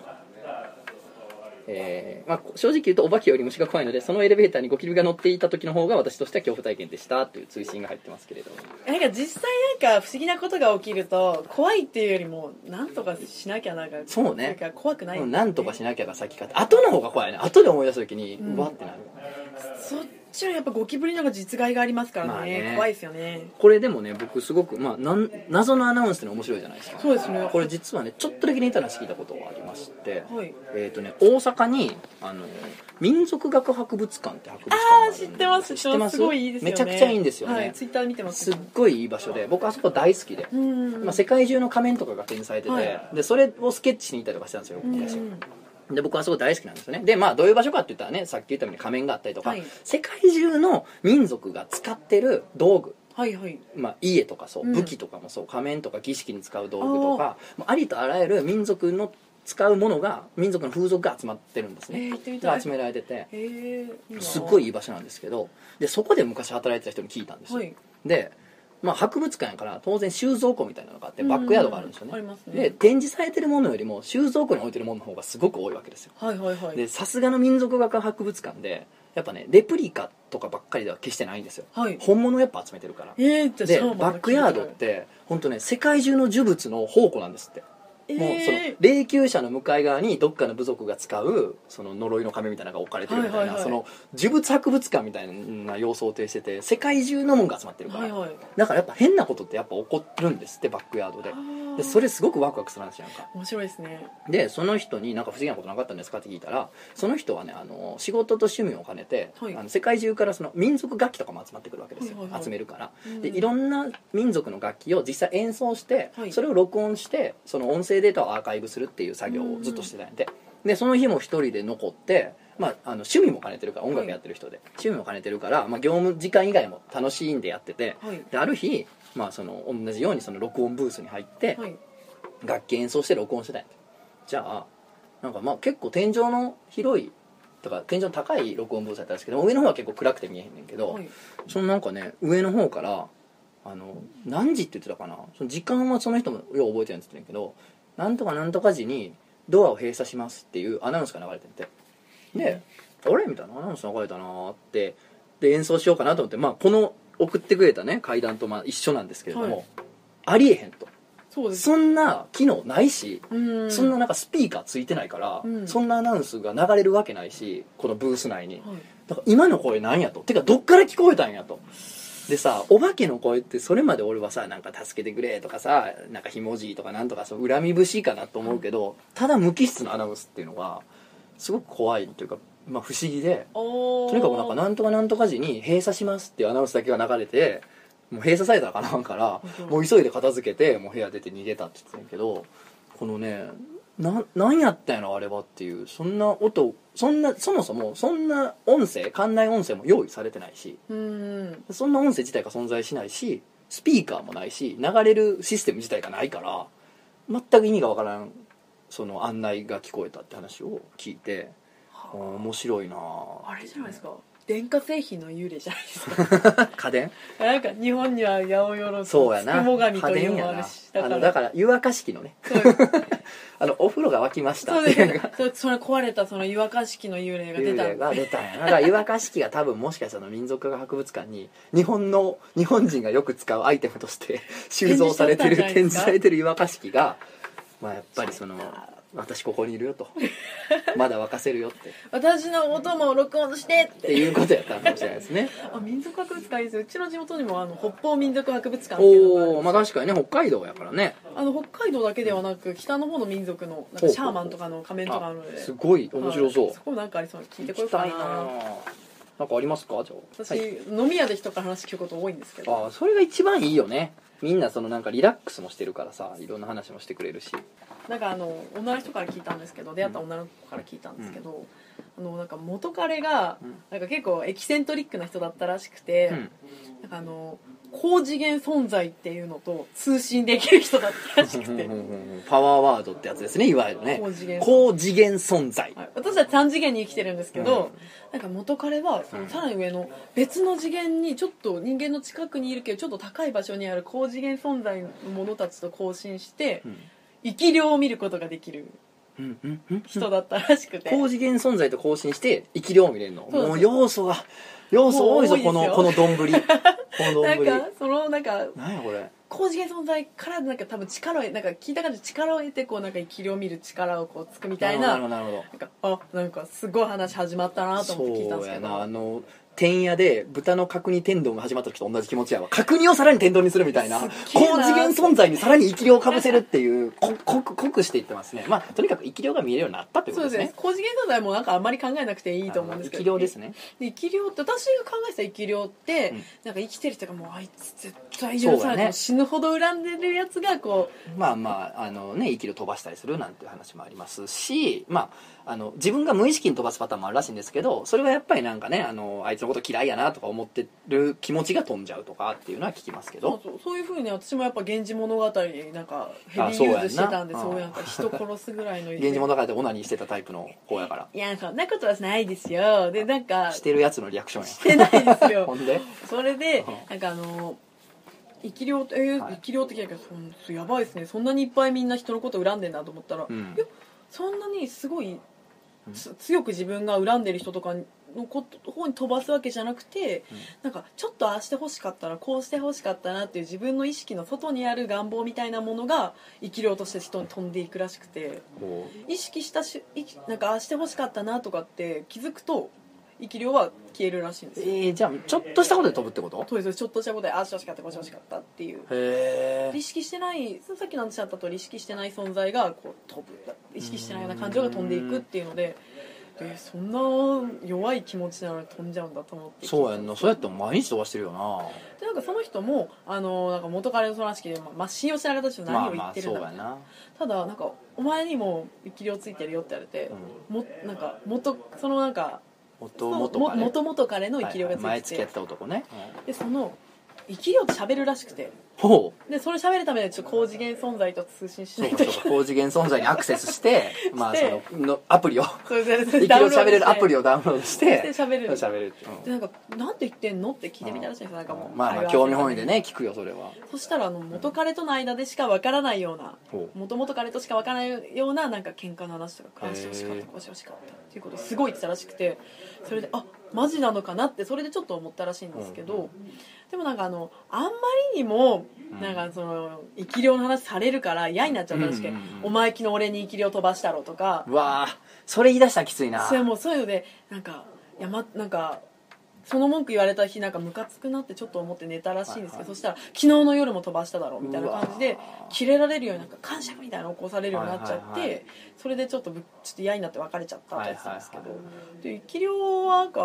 Speaker 1: えーまあ、正直言うとお化けより虫が怖いのでそのエレベーターにゴキブリが乗っていた時の方が私としては恐怖体験でしたという通信が入ってますけれども
Speaker 2: なんか実際なんか不思議なことが起きると怖いっていうよりもなんとかしなきゃなんか
Speaker 1: そうね
Speaker 2: なんか怖くない
Speaker 1: うんなんとかしなきゃが先かって後の方が怖いね後で思い出す時に
Speaker 2: うん
Speaker 1: うわってなる、
Speaker 2: そっちはやっぱゴキブリの方が実害がありますからね,、
Speaker 1: まあね
Speaker 2: 怖いですよね
Speaker 1: これでもね僕すごく、まあ、なん謎のアナウンスっての面白いじゃないですか
Speaker 2: そうですね
Speaker 1: これ実はねちょっとだけ似た話聞いたことがありまして、
Speaker 2: はい
Speaker 1: えーとね、大阪にあの民族学博物館って博物館
Speaker 2: あ
Speaker 1: が
Speaker 2: あ
Speaker 1: る
Speaker 2: 知っ
Speaker 1: んです
Speaker 2: てます知ってますすごいいいですよね
Speaker 1: めちゃくちゃいいんですよね、
Speaker 2: はいツイッター見てます
Speaker 1: すっごいいい場所で僕あそこ大好きで、
Speaker 2: うん
Speaker 1: まあ、世界中の仮面とかが展示されてて、
Speaker 2: はい
Speaker 1: でそれをスケッチしに行ったりとかしたんですよ、
Speaker 2: うん
Speaker 1: 昔はで僕はすごい大好きなんですよねでまあどういう場所かって言ったらねさっき言ったように仮面があったりとか、
Speaker 2: はい
Speaker 1: 世界中の民族が使ってる道具
Speaker 2: はいはい
Speaker 1: まあ、家とかそう、
Speaker 2: うん
Speaker 1: 武器とかもそう仮面とか儀式に使う道具とかまあありとあらゆる民族の使うものが民族の風俗が集まってるんです
Speaker 2: え
Speaker 1: ね、
Speaker 2: ー、行ってみた
Speaker 1: が
Speaker 2: い
Speaker 1: 集められてて
Speaker 2: えーいいな
Speaker 1: すっごいいい場所なんですけどでそこで昔働いてた人に聞いたんですよ、
Speaker 2: はい
Speaker 1: で、まあ、博物館やから当然収蔵庫みたいなのがあってバックヤードがあるんですよ
Speaker 2: うう
Speaker 1: ね、
Speaker 2: ありますね
Speaker 1: で展示されてるものよりも収蔵庫に置いてるものの方がすごく多いわけですよ
Speaker 2: はいはいはい
Speaker 1: でさすがの民族学博物館でやっぱねレプリカとかばっかりでは決してないんですよ
Speaker 2: はい
Speaker 1: 本物をやっぱ集めてるから
Speaker 2: えー、じゃあ
Speaker 1: で
Speaker 2: シャーマン
Speaker 1: バックヤードって本当ね世界中の呪物の宝庫なんですって、
Speaker 2: え
Speaker 1: もうその
Speaker 2: ー、
Speaker 1: 霊柩車の向かい側にどっかの部族が使うその呪いの亀みたいなのが置かれてるみたいな、
Speaker 2: はいはいはい
Speaker 1: その呪物博物館みたいな様相を呈してて世界中のもんが集まってるから、
Speaker 2: はいはい
Speaker 1: だからやっぱ変なことってやっぱ起こるんですってバックヤードででそ
Speaker 2: れ
Speaker 1: れすごくワクワクする話なんか
Speaker 2: 面白いですね
Speaker 1: でその人になんか不思議なことなかったんですかって聞いたらその人はねあの仕事と趣味を兼ねて、
Speaker 2: はい
Speaker 1: あの世界中からその民族楽器とかも集まってくるわけですよ、
Speaker 2: はいはいはい
Speaker 1: 集めるから
Speaker 2: う
Speaker 1: で
Speaker 2: ん
Speaker 1: いろんな民族の楽器を実際演奏して、
Speaker 2: はい
Speaker 1: それを録音してその音声データをアーカイブするっていう作業をずっとしてたんやて、でその日も一人で残って、まあ、あの趣味も兼ねてるから音楽やってる人で、趣味も兼ねてるから、まあ、業務時間以外も楽しいんでやってて
Speaker 2: はい
Speaker 1: である日、まあ、その同じようにその録音ブースに入って、
Speaker 2: はい
Speaker 1: 楽器演奏して録音してたんやてじゃあなんかまあ結構天井の広いとか天井の高い録音ブースだったんですけど上の方は結構暗くて見えへんねんけど、
Speaker 2: はい
Speaker 1: そのなんかね上の方からあの何時って言ってたかなその時間はその人もよう覚えてるんですけどなんとかなんとか時にドアを閉鎖しますっていうアナウンスが流れててで「あれ?」みたいなアナウンス流れたなーってで演奏しようかなと思って、まあ、この送ってくれたね階段とまあ一緒なんですけれども、ありえへんと
Speaker 2: そうです
Speaker 1: そんな機能ないし、
Speaker 2: うん
Speaker 1: そんななんかスピーカーついてないから、
Speaker 2: うん
Speaker 1: そんなアナウンスが流れるわけないしこのブース内に
Speaker 2: はい
Speaker 1: だから今の声なんやとてかどっから聞こえたんやとでさお化けの声ってそれまで俺はさなんか助けてくれとかさなんかひもじいとかなんとかそう恨み節かなと思うけどただ無機質なアナウンスっていうのがすごく怖いというか、まあ、不思議で
Speaker 2: と
Speaker 1: とにかくなんかなんとかなんとか時に閉鎖しますっていうアナウンスだけが流れてもう閉鎖されたらあかなんから
Speaker 2: うん
Speaker 1: もう急いで片付けてもう部屋出て逃げたって言ってたけどこのねななんやったんやろあれはっていうそんな音そんなそもそもそんな音声館内音声も用意されてないし
Speaker 2: うん
Speaker 1: そんな音声自体が存在しないしスピーカーもないし流れるシステム自体がないから全く意味がわからんその案内が聞こえたって話を聞いてあー面白いなあ
Speaker 2: あれじゃないですか電化製品の幽霊じゃないですか
Speaker 1: 家電
Speaker 2: なんか日本には八百万と
Speaker 1: そうやな
Speaker 2: つくも神と
Speaker 1: 家
Speaker 2: いう
Speaker 1: 電
Speaker 2: のも
Speaker 1: や
Speaker 2: ある
Speaker 1: な
Speaker 2: し
Speaker 1: あのだから湯沸かし器のね
Speaker 2: そうです
Speaker 1: あのお風呂が沸きました
Speaker 2: そう
Speaker 1: って
Speaker 2: で
Speaker 1: いうの
Speaker 2: す
Speaker 1: が
Speaker 2: ね *laughs* そうその壊れたその湯沸かし器の幽霊が出
Speaker 1: 幽
Speaker 2: た
Speaker 1: 霊が出たんやなだから湯沸かし器が多分もしかしたら民族学博物館に日本の日本人がよく使うアイテムとして収蔵されてる
Speaker 2: 展
Speaker 1: 展示
Speaker 2: 示しとったんじゃないですか
Speaker 1: されてる湯沸かし器がまあやっぱりその私ここにいるよとまだ沸かせるよってっ
Speaker 2: 私の音も録音してって
Speaker 1: ていうことやったのかもしれないです
Speaker 2: *laughs*
Speaker 1: ね
Speaker 2: あ民族博物館いいですようちの地元にもあの北方民族博物館っていうのがあるん
Speaker 1: おおまあ確かにね北海道やからね
Speaker 2: あの北海道だけではなく北の方の民族のなんかシャーマンとかの仮面とかあるのです
Speaker 1: ごい面白そう
Speaker 2: はいそこなんかありそうなの聞いてこ
Speaker 1: 行
Speaker 2: よう
Speaker 1: きた
Speaker 2: か
Speaker 1: いな
Speaker 2: な
Speaker 1: なんかありますかじゃあ
Speaker 2: 私、
Speaker 1: はい
Speaker 2: 飲み屋で人から話聞くこと多いんですけど
Speaker 1: ああそれが一番いいよねみんなそのなんかリラックスもしてるからさいろんな話もしてくれるし
Speaker 2: なんかあの女の人から聞いたんですけど出会った女の子から聞いたんですけど、あのなんか元彼が
Speaker 1: うん
Speaker 2: なんか結構エキセントリックな人だったらしくて、
Speaker 1: うん
Speaker 2: なんかあの高次元存在っていうのと通信できる人だったらしくて
Speaker 1: パワーワードってやつですねいわゆるね
Speaker 2: 高次元
Speaker 1: 高次元存在
Speaker 2: はい、私は3次元に生きてるんですけ
Speaker 1: う
Speaker 2: ど、
Speaker 1: ん
Speaker 2: なんか元彼はそのさらに上の別の次元にちょっと人間の近くにいるけどちょっと高い場所にある高次元存在の者たちと交信して
Speaker 1: うん
Speaker 2: 生き量を見ることができる
Speaker 1: うんうんうん
Speaker 2: 人だったらしくて、
Speaker 1: 高次元存在と交信して生き量を見れるの
Speaker 2: そうそう
Speaker 1: もう要素が要素多いぞ
Speaker 2: もう多いですよ
Speaker 1: このこの *laughs* 丼この
Speaker 2: なん
Speaker 1: 丼
Speaker 2: かそのなんか
Speaker 1: なんやこれ
Speaker 2: 高次元存在からなんか多分力をなんか聞いた感じ力を得てこうなんか生き量を見る力をこうつくみたいな
Speaker 1: るほどなるほど
Speaker 2: なんかあなんかすごい話始まったなと思って聞いたん
Speaker 1: そ
Speaker 2: で
Speaker 1: うや
Speaker 2: すけ
Speaker 1: なあ
Speaker 2: ど
Speaker 1: の天屋で豚の角煮天丼が始まった時と同じ気持ちやわ角煮をさらに天丼にするみたいな
Speaker 2: げえな
Speaker 1: 高次元存在にさらに生き量をかぶせるっていうこ濃く濃くしていってますねまあとにかく生き量が見えるようになったってこ
Speaker 2: そ
Speaker 1: と
Speaker 2: う
Speaker 1: で
Speaker 2: です
Speaker 1: ね
Speaker 2: すね高次元存在もなんかあんまり考えなくていいと思うんですけど
Speaker 1: 生き量ですね
Speaker 2: で生き量って私が考えてた生き量って、
Speaker 1: うん
Speaker 2: なんか生きてる人がもうあいつ絶対許さ
Speaker 1: そう
Speaker 2: ない、
Speaker 1: だね
Speaker 2: 死ぬほど恨んでるやつがこ
Speaker 1: まあまああのね生きる飛ばしたりするなんていう話もありますし、まあ、あの自分が無意識に飛ばすパターンもあるらしいんですけどそれはやっぱりなんかねあのあいつのこと嫌いやなとか思ってる気持ちが飛んじゃうとかっていうのは聞きますけ
Speaker 2: うそう
Speaker 1: ど
Speaker 2: そうそういうふうに私もやっぱ「源氏物語」なんかヘビ
Speaker 1: あそ
Speaker 2: ー
Speaker 1: うや
Speaker 2: ユ
Speaker 1: んな
Speaker 2: ーズしてたんで
Speaker 1: うん
Speaker 2: そういうなんか人殺すぐら
Speaker 1: *laughs*
Speaker 2: いの
Speaker 1: 「源氏物語」でオナニーしてたタイプの方やから
Speaker 2: いやそんなことはないですよでなんか
Speaker 1: してるやつのリアクションや
Speaker 2: してないで
Speaker 1: *laughs*
Speaker 2: すよ
Speaker 1: ほんで
Speaker 2: それで
Speaker 1: うん
Speaker 2: なんかあの生き量って、えー
Speaker 1: はい
Speaker 2: 生き量って聞いたけどそんやばいですねそんなにいっぱいみんな人のこと恨んでんだと思ったら、
Speaker 1: うん
Speaker 2: いやそんなにすごい
Speaker 1: うん
Speaker 2: つ強く自分が恨んでる人とかのこと方に飛ばすわけじゃなくて、
Speaker 1: うん
Speaker 2: なんかちょっとああしてほしかったなこうしてほしかったなっていう自分の意識の外にある願望みたいなものが生き量として人に飛んでいくらしくて
Speaker 1: こ
Speaker 2: 意識したしいきなんかああしてほしかったなとかって気づくと生き量は消えるらしいんです
Speaker 1: う
Speaker 2: よ。
Speaker 1: えー、じゃあちょっとしたことで飛ぶってこと
Speaker 2: とりあえずちょっとしたことでああしてほしかったこうしてほしかったっていう
Speaker 1: へ
Speaker 2: 意識してないさっきの話だった通り意識してない存在がこう飛ぶ意識してないような感情が飛んでいくっていうのででそんな弱い気持ちなのに飛んじゃうんだと思って
Speaker 1: そうやんなそうやっても毎日飛ばしてるよな
Speaker 2: でなんかその人もあのなんか元彼のその話聞いて、まあまあ、信用しない方し
Speaker 1: ま
Speaker 2: 何
Speaker 1: あ
Speaker 2: を言
Speaker 1: ま
Speaker 2: っ
Speaker 1: あ
Speaker 2: てるん
Speaker 1: そう
Speaker 2: だ、
Speaker 1: やな、
Speaker 2: ただなんかお前にも力量ついてるよって言われて
Speaker 1: う、ん、
Speaker 2: もなんか元そのなんか
Speaker 1: 元
Speaker 2: その
Speaker 1: 元
Speaker 2: も
Speaker 1: かね
Speaker 2: 元々彼の力量がつ
Speaker 1: はいはい前
Speaker 2: いてて、
Speaker 1: 付き合ってた男ね、
Speaker 2: でその力量って喋るらしくて
Speaker 1: ほう
Speaker 2: でそれ喋るためにはちょっと高次元存在と通信し
Speaker 1: そ
Speaker 2: な
Speaker 1: う
Speaker 2: い
Speaker 1: かそ
Speaker 2: とい
Speaker 1: *laughs*
Speaker 2: うけ
Speaker 1: か
Speaker 2: ない
Speaker 1: 高次元存在にアクセスしてまあそののアプリを
Speaker 2: それで
Speaker 1: 生き
Speaker 2: ダウ
Speaker 1: る
Speaker 2: ンロード
Speaker 1: 喋れるアプリ *laughs*
Speaker 2: を
Speaker 1: をダウンロードし
Speaker 2: して
Speaker 1: て
Speaker 2: 喋れる
Speaker 1: 喋れるってうん
Speaker 2: でなんか「なんて言ってんの?」って聞いてみたらしいんですよなんかもう
Speaker 1: まあまあ
Speaker 2: れは
Speaker 1: 興味本位でね聞くよそれは
Speaker 2: そしたらあの元彼との間でしかわからないような
Speaker 1: ほう
Speaker 2: 元々彼としかわからないようななんか喧嘩の話とか
Speaker 1: へー
Speaker 2: ああしてほしかったこうしてほしかったっていうことをすごい言ってたらしくてそれであマジなのかなってそれでちょっと思ったらしいんですけど、でもなんかあのあんまりにも
Speaker 1: うん
Speaker 2: なんかその生き量の話されるから嫌になっちゃったらしくて、
Speaker 1: うんうんうん
Speaker 2: お前昨日俺に生き量飛ばしたろとか
Speaker 1: うわーそれ言い出したらきついな
Speaker 2: それもうそういうのでなんかいやまなんかその文句言われた日なんかムカつくなってちょっと思って寝たらしいんで
Speaker 1: はい
Speaker 2: すけど、
Speaker 1: はい
Speaker 2: そしたら昨日の夜も飛ばしただろみたいな感じ
Speaker 1: う
Speaker 2: で
Speaker 1: わー
Speaker 2: キレられるようになんか感謝みたいなの起こされるようになっちゃって、
Speaker 1: はいはいはい
Speaker 2: それでちょっとぶちょっと嫌になって別れちゃったってやつなんですけど、
Speaker 1: はいはい
Speaker 2: で生き量はなんか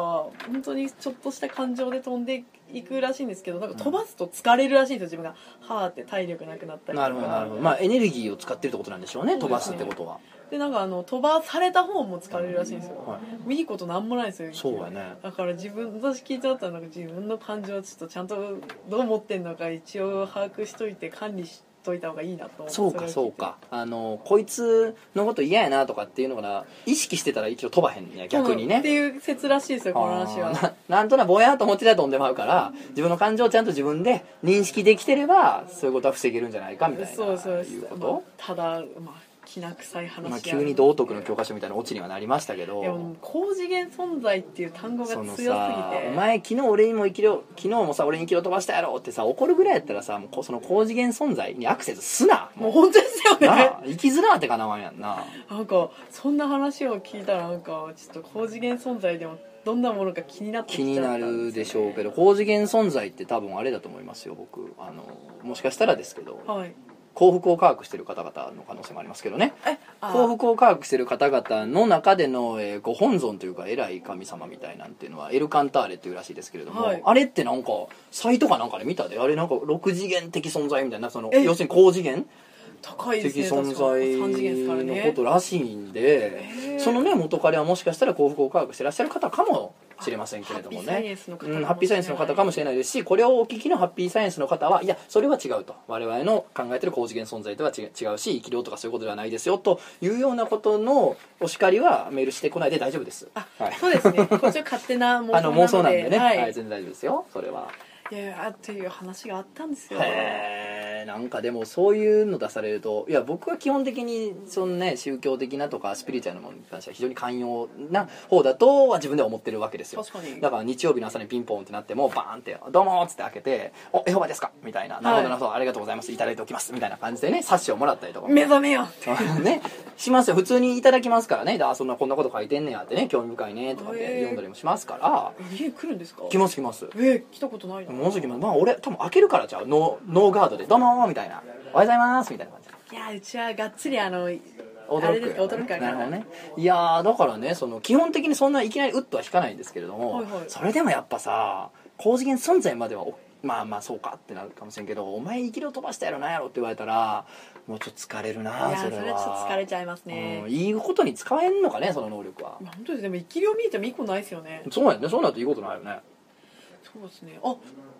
Speaker 2: 本当にちょっとした感情で飛んでいくらしいんですけどなんか飛ばすと疲れるらしいんですよ自分がはーって体力なくなったりと
Speaker 1: な
Speaker 2: か
Speaker 1: るほどなるほどまあエネルギーを使ってるってことなんでしょうね
Speaker 2: そうですね
Speaker 1: 飛ばすってことは、
Speaker 2: でなんかあの飛ばされた方も疲れるらしいんですよ、、
Speaker 1: はい
Speaker 2: いことなんもないんですよ
Speaker 1: そうやね
Speaker 2: だから自分私聞いちゃったらなんか自分の感情をちょっとちゃんとどう思ってんのか一応把握しといて管理しといた方がいいなと思って
Speaker 1: そうか
Speaker 2: れを
Speaker 1: そ
Speaker 2: 聞いうて
Speaker 1: かあのこいつのこと嫌やなとかっていうのが意識してたら一応飛ばへんねや逆に
Speaker 2: そうって
Speaker 1: ね
Speaker 2: いう説らしいですよこの話
Speaker 1: あ
Speaker 2: は
Speaker 1: ーななんとなくぼやーっと思ってたら飛んでまうから自分の感情をちゃんと自分で認識できてればそういうことは防げるんじゃないかみたいな
Speaker 2: そうそう
Speaker 1: いうこ
Speaker 2: まあ
Speaker 1: と、
Speaker 2: ただまあきな臭い話
Speaker 1: まあ、
Speaker 2: や
Speaker 1: 急に道徳の教科書みたいなオチにはなりましたけ
Speaker 2: いやも
Speaker 1: ど
Speaker 2: う高次元存在っていう単語が
Speaker 1: そ
Speaker 2: 強
Speaker 1: の
Speaker 2: すぎて
Speaker 1: さお前昨日俺にも生きろ昨日もさ俺に生きろ飛ばしたやろってさ怒るぐらいやったらさもうこその高次元存在にアクセスすな
Speaker 2: も
Speaker 1: も
Speaker 2: う本当ですよ *laughs*
Speaker 1: う
Speaker 2: ね
Speaker 1: なあ生きづらってかなわんやんな
Speaker 2: なんかそんな話を聞いたらなんかちょっと高次元存在でもどんなものか気になって
Speaker 1: 気
Speaker 2: き
Speaker 1: に
Speaker 2: ちゃ
Speaker 1: な
Speaker 2: ったん
Speaker 1: る
Speaker 2: で
Speaker 1: ですしょ
Speaker 2: *laughs*
Speaker 1: うけど高次元存在って多分あれだと思いますよ僕あのもしかしたらですけど
Speaker 2: はい
Speaker 1: 幸福を科学してる方々の可能性もありますけどね
Speaker 2: えあ
Speaker 1: 幸福を科学してる方々の中での、えーご本尊というか偉い神様みたいなんていうのはエルカンターレっていうらしいですけれども、
Speaker 2: はい
Speaker 1: あれってなんかサイトかなんかで見たであれなんか6次元的存在みたいなその
Speaker 2: え
Speaker 1: 要するに高次元
Speaker 2: 高いで
Speaker 1: 的
Speaker 2: すね
Speaker 1: 存
Speaker 2: 3次元ですから
Speaker 1: 在の
Speaker 2: ね
Speaker 1: ことらしいんで、
Speaker 2: へー
Speaker 1: そのね元彼はもしかしたら幸福を科学してらっしゃる方かもしれませんけれども
Speaker 2: ハッピーサイ
Speaker 1: ね
Speaker 2: エンスの方かもしれな
Speaker 1: うんハッピーサイエンスの方かもしれな
Speaker 2: い
Speaker 1: いですしこれをお聞きのハッピーサイエンスの方はいやそれは違うと我々の考えてる高次元存在とは違う違うし生き量とかそういうことではないですよというようなことのお叱りはメールしてこないで大丈夫です。
Speaker 2: あ
Speaker 1: はい
Speaker 2: そうですねこっちは勝手な妄想
Speaker 1: *laughs* あ
Speaker 2: なの
Speaker 1: の
Speaker 2: で
Speaker 1: 妄想なんでね、
Speaker 2: は
Speaker 1: はいい
Speaker 2: い
Speaker 1: 全然大丈夫ですよそれは。
Speaker 2: やいやっていう話があったんですよ
Speaker 1: へーなんかでもそういうの出されるといや僕は基本的にそのね宗教的なとかスピリチュアルなものに関しては非常に寛容な方だとは自分では思ってるわけですよ
Speaker 2: 確かに
Speaker 1: だから日曜日の朝にピンポンってなってもバーンって「どうも」っつって開けて「おエホバですか?」みたいな「なるほどなるほどありがとうございますいただいておきます」みたいな感じでね冊子をもらったりとかも *laughs*
Speaker 2: 目覚めよ
Speaker 1: ね、しますよ普通にいただきますからねであそんなこんなこと書いてんねやってね興味深いねとかって
Speaker 2: へー
Speaker 1: 読んだりもしますから
Speaker 2: 家来るんですか
Speaker 1: 来ます来ます
Speaker 2: えー来たことないな
Speaker 1: もうすぐまあ俺多分開けるからじゃあノーノーガードで「どうも」みたいな「おはようございます」みたいな感じ
Speaker 2: いやうちはがっつりあの
Speaker 1: 驚く
Speaker 2: あれですか驚くから
Speaker 1: なるほどねいやーだからねその基本的にそんないきなりウッとは引かないんですけれども、
Speaker 2: はいはい
Speaker 1: それでもやっぱさ高次元存在まではおまあまあそうかってなるかもしれんけど「お前生きる飛ばしたやろなんやろ」って言われたらもうちょっと疲れる
Speaker 2: い
Speaker 1: な
Speaker 2: や
Speaker 1: そ
Speaker 2: そ
Speaker 1: れは
Speaker 2: れはちょっと疲れちゃいます
Speaker 1: う
Speaker 2: ね
Speaker 1: ん、いいことに使えんのかねその能力は
Speaker 2: まあ本当ですねでも生き量見えてもいい子ないですよね
Speaker 1: そうやねそうなるといいことないよね
Speaker 2: そうですねあ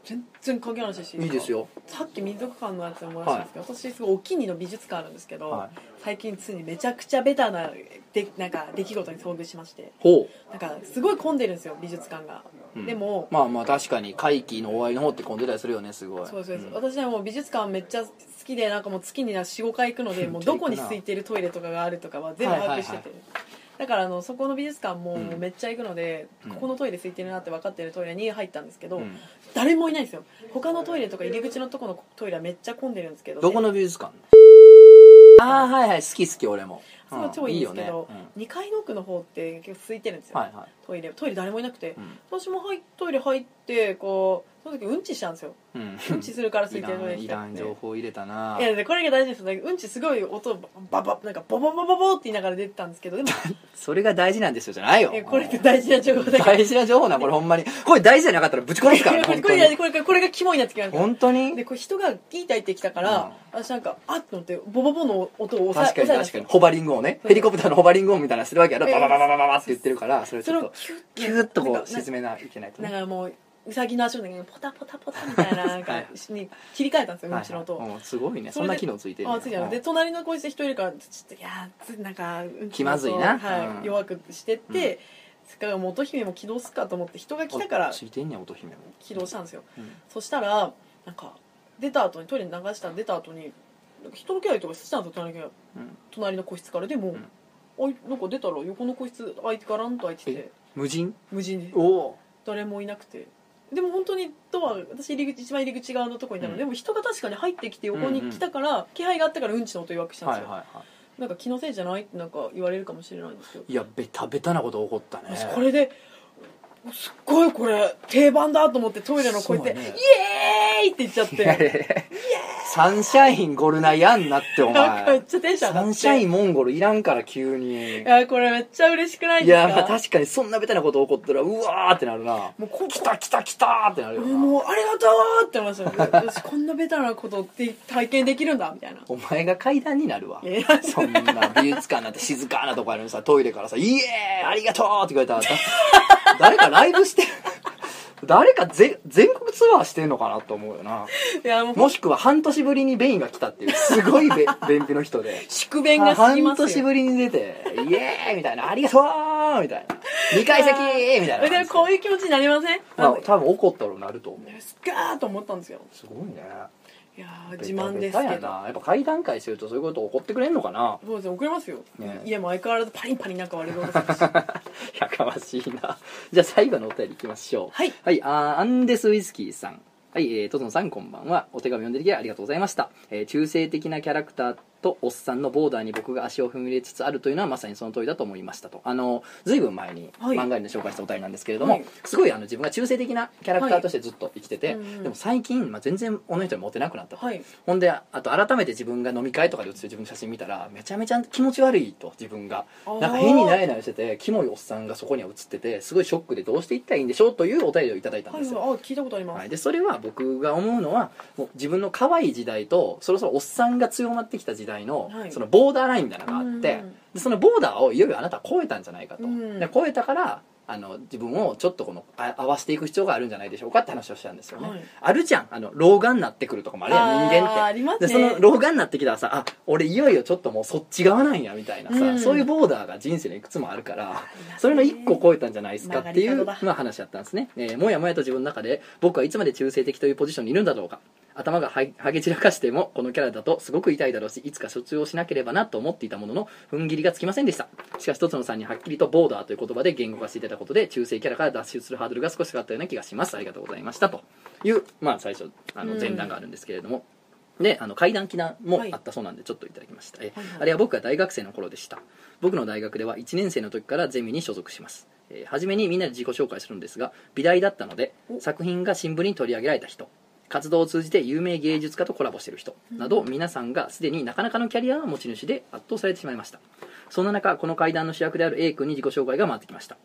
Speaker 2: 全然関係ない話してい
Speaker 1: いいです
Speaker 2: よ
Speaker 1: よ
Speaker 2: さっき民族館のやつでもらったんですけど、私すごいお気に入りの美術館あるんですけど、
Speaker 1: はい
Speaker 2: 最近ついにめちゃくちゃベタなでなんか出来事に遭遇しまして
Speaker 1: ほ
Speaker 2: なんかすごい混んでるんですよ美術館が、
Speaker 1: う、うん
Speaker 2: でも、
Speaker 1: まあまあ確かに会期の終わりの方って混んでたりするよねすごい
Speaker 2: そうですそうです、
Speaker 1: ん
Speaker 2: 私はもう美術館めっちゃ好きでなんかもう月に45回行くのでもうどこに空いてるトイレとかがあるとかは全部把握し
Speaker 1: は
Speaker 2: てて、
Speaker 1: いはい
Speaker 2: だからあのそこの美術館も
Speaker 1: うん
Speaker 2: もうめっちゃ行くので、
Speaker 1: うん
Speaker 2: ここのトイレ空いてるなって分かってるトイレに入ったんですけど、
Speaker 1: うん
Speaker 2: 誰もいないんですよ他のトイレとか入り口のとこのトイレはめっちゃ混んでるんですけど、
Speaker 1: どこの美術館ああはいはい好き好き俺も
Speaker 2: そこ超いいんですけど、
Speaker 1: いいよね
Speaker 2: 2階の奥の方って結構空いてるんです
Speaker 1: うん
Speaker 2: よ、
Speaker 1: はいはい
Speaker 2: トイレトイレ誰もいなくて
Speaker 1: う、ん
Speaker 2: 私も入っトイレ入ってこうその時うんちしたんですよ
Speaker 1: うん
Speaker 2: うんちするから空
Speaker 1: い
Speaker 2: いてるトイ
Speaker 1: ら
Speaker 2: レ
Speaker 1: んい
Speaker 2: 行きた
Speaker 1: ら
Speaker 2: く
Speaker 1: ん
Speaker 2: て
Speaker 1: 情報入れたない
Speaker 2: やでこれが大事ですようんちすごい音ババなんかボボボボボって言いながら出てたんですけ
Speaker 1: *laughs*
Speaker 2: どでも
Speaker 1: それが大事なんですよじゃないよ
Speaker 2: えこれって大事な情報だから
Speaker 1: 大事な情報なこれほんまにこれ大事じゃなかったらぶち殺す
Speaker 2: *laughs* こ
Speaker 1: から
Speaker 2: れ
Speaker 1: ね
Speaker 2: こ
Speaker 1: 本
Speaker 2: れ
Speaker 1: 当
Speaker 2: これ
Speaker 1: に
Speaker 2: これこれがキモいなってきました
Speaker 1: 本当に
Speaker 2: でこう人がギーターってきたから、私なんかあっと思ってボボボの音を押さ
Speaker 1: 確か
Speaker 2: え
Speaker 1: に確
Speaker 2: 押さえたんです
Speaker 1: かに
Speaker 2: よ
Speaker 1: ホバリングをねヘリコプターのホバリングをみたいなのしてるわけやろ
Speaker 2: え
Speaker 1: バ
Speaker 2: ー
Speaker 1: ババババババって言ってるからそれ
Speaker 2: そ
Speaker 1: ち
Speaker 2: れ
Speaker 1: ょっ
Speaker 2: を
Speaker 1: と
Speaker 2: キュッ
Speaker 1: キュッとこ
Speaker 2: なん
Speaker 1: う
Speaker 2: かなんか
Speaker 1: 沈めないといけないと
Speaker 2: だ
Speaker 1: ね
Speaker 2: からもうウサギの足のねポタポタポタみたいななんかに切り替えたんですよ
Speaker 1: は
Speaker 2: う
Speaker 1: い
Speaker 2: ちの音を
Speaker 1: うんすごいね
Speaker 2: そ
Speaker 1: そ
Speaker 2: れで
Speaker 1: んな機能ついてるね
Speaker 2: あついてる
Speaker 1: うん
Speaker 2: で隣の子して一人いるからちょっといやーつなんかうん
Speaker 1: 気まずいな
Speaker 2: はい
Speaker 1: うん
Speaker 2: 弱くしてって、そっからもう乙姫も起動すっかと思って人が来たから
Speaker 1: あついてんねん乙姫も
Speaker 2: 起動したんですよ
Speaker 1: うん
Speaker 2: そしたらなんか出た後にトイレに流したら出た後になんか人の気配とかしてたんですよ隣の
Speaker 1: うん
Speaker 2: 隣の個室からでも、あいなんか出たら横の個室開いてガランと開いてて
Speaker 1: 無人
Speaker 2: 無人で
Speaker 1: おお
Speaker 2: 誰もいなくてでも本当にドア私入り口一番入り口側のとこにいたの、
Speaker 1: うん
Speaker 2: でも人が確かに入ってきて横
Speaker 1: うんう
Speaker 2: に
Speaker 1: ん
Speaker 2: 来たから、気配があったからうんちの音予約したんで
Speaker 1: は
Speaker 2: す
Speaker 1: い
Speaker 2: よ、
Speaker 1: はいは
Speaker 2: なんか気のせいじゃないってなんか言われるかもしれないんですけど、
Speaker 1: いいやベタベタなこと起こったね
Speaker 2: 私これですっごいこれ定番だと思ってトイレの声で、
Speaker 1: そうね
Speaker 2: イエーイ!」って言っちゃっ
Speaker 1: いやい
Speaker 2: て
Speaker 1: やいやサンシャインゴルナやんなってお
Speaker 2: なんかめ
Speaker 1: 前
Speaker 2: っちゃテンション上が
Speaker 1: サ
Speaker 2: って
Speaker 1: ンシャインモンゴルいらんから急に
Speaker 2: いやこれめっちゃ嬉しくない
Speaker 1: い
Speaker 2: です
Speaker 1: や
Speaker 2: か
Speaker 1: まあ確かにそんなベタなこと起こったらうわーってなるな
Speaker 2: もうこ
Speaker 1: 来た来た来たーってなるよな
Speaker 2: もうありがとうって思い
Speaker 1: *laughs*
Speaker 2: ましたよよしこんなベタなことって体験できるんだみたいな
Speaker 1: お前が階段になるわ
Speaker 2: いや
Speaker 1: そんな美術館なんて静かなとこやのにさトイレからさ「イエーイありがとう!」って言われたらさ誰かライブしてる誰かぜ全国ツアーしてんのかなと思うよない
Speaker 2: やもう
Speaker 1: もしくは半年ぶりにベインが来たっていうすごい
Speaker 2: *laughs*
Speaker 1: べ便秘の人で
Speaker 2: 宿便が過ぎ
Speaker 1: 半
Speaker 2: ますよ
Speaker 1: 年ぶりに出て「イエーイ!」みたいな「ありがとう!」みたいな「2階席!」みたいな
Speaker 2: で
Speaker 1: 感
Speaker 2: も
Speaker 1: じ
Speaker 2: こういう気持ちになりません
Speaker 1: ま
Speaker 2: あ
Speaker 1: あ
Speaker 2: の
Speaker 1: 多分怒ったろうなると思う
Speaker 2: スカーッと思ったんですよ
Speaker 1: すごいね
Speaker 2: いやー自慢です
Speaker 1: ベタ
Speaker 2: け
Speaker 1: やな
Speaker 2: ど
Speaker 1: やっぱ階段階するとそういうこと怒ってくれんのかな
Speaker 2: そうですね送れますよ、
Speaker 1: ね
Speaker 2: 家も相変わらずパリンパリンなんか割れる音
Speaker 1: *laughs*
Speaker 2: するし
Speaker 1: やかましいなじゃあ最後のお便りいきましょう
Speaker 2: はい
Speaker 1: はい、あーアンデスウイスキーさん。はい、えー、トトンさんこんばんは。お手紙読んでいただきありがとうございました。えー中性的なキャラクターとおっさんのボーダーに僕が足を踏み入れつつあるというのはまさにその通りだと思いましたと。あの、ずいぶん前に
Speaker 2: はい
Speaker 1: 漫画に紹介したお便りなんですけれども、
Speaker 2: はい
Speaker 1: すごいあの自分が中性的なキャラクターとしてずっと生きてて、
Speaker 2: はいうんうん
Speaker 1: でも最近、まあ、全然女の人にモテなくなったと。
Speaker 2: はい
Speaker 1: ほんであと改めて自分が飲み会とかで写ってる自分の写真見たらめちゃめちゃ気持ち悪いと自分が
Speaker 2: あー
Speaker 1: なんか変になれなれしててキモいおっさんがそこには写っててすごいショックでどうしていったらいいんでしょうというお便りをいただいたん
Speaker 2: は
Speaker 1: で
Speaker 2: い
Speaker 1: す
Speaker 2: はい
Speaker 1: よ、
Speaker 2: あ聞いたことあります、
Speaker 1: はい、でそれは僕が思うのはもう自分の可愛い時代とそろそろおっさんが強まってきた時代の
Speaker 2: はい
Speaker 1: そのボーダーラインみたいなのがあって、
Speaker 2: うん
Speaker 1: でそのボーダーをいよいよあなたは超えたんじゃないかと、
Speaker 2: うん
Speaker 1: で超えたからあの自分をちょっとこのあ合わせていく必要があるんじゃないでしょうかって話をしたんですよね、
Speaker 2: はい
Speaker 1: あるじゃんあの老眼になってくるとかもあるやん人間って
Speaker 2: あーあります
Speaker 1: で
Speaker 2: ね
Speaker 1: その老眼になってきたらさあ俺いよいよちょっともうそっち側なんやみたいなさ、
Speaker 2: うん
Speaker 1: そういうボーダーが人生のいくつもあるから
Speaker 2: りますね
Speaker 1: それの一個超えたんじゃないですかっていう、ま
Speaker 2: 曲がり角だ
Speaker 1: あ、話だったんですね、えーもやもやと自分の中で僕はいつまで中性的というポジションにいるんだろうか頭が *laughs* ははげ散らかしてもこのキャラだとすごく痛いだろうしいつか処置をしなければなと思っていたものの踏ん切りがつきませんでしたしかし一つのさんにはっきりとボーダーという言葉で言語化していただいたことで中性キャラから脱出するハードルが少し上がったような気がしますありがとうございましたという、まあ、最初あの
Speaker 2: うん
Speaker 1: 前段があるんですけれども、であの怪談祈談もあったそうなんでちょっといただきました、え
Speaker 2: はいはい
Speaker 1: あれは僕が大学生の頃でした僕の大学では1年生の時からゼミに所属します、えー初めにみんなで自己紹介するんですが美大だったので
Speaker 2: お
Speaker 1: 作品が新聞に取り上げられた人活動を通じて有名芸術家とコラボしている人など、皆さんがすでになかなかのキャリアの持ち主で圧倒されてしまいましたそんな中この怪談の主役である A 君に自己紹介が回ってきました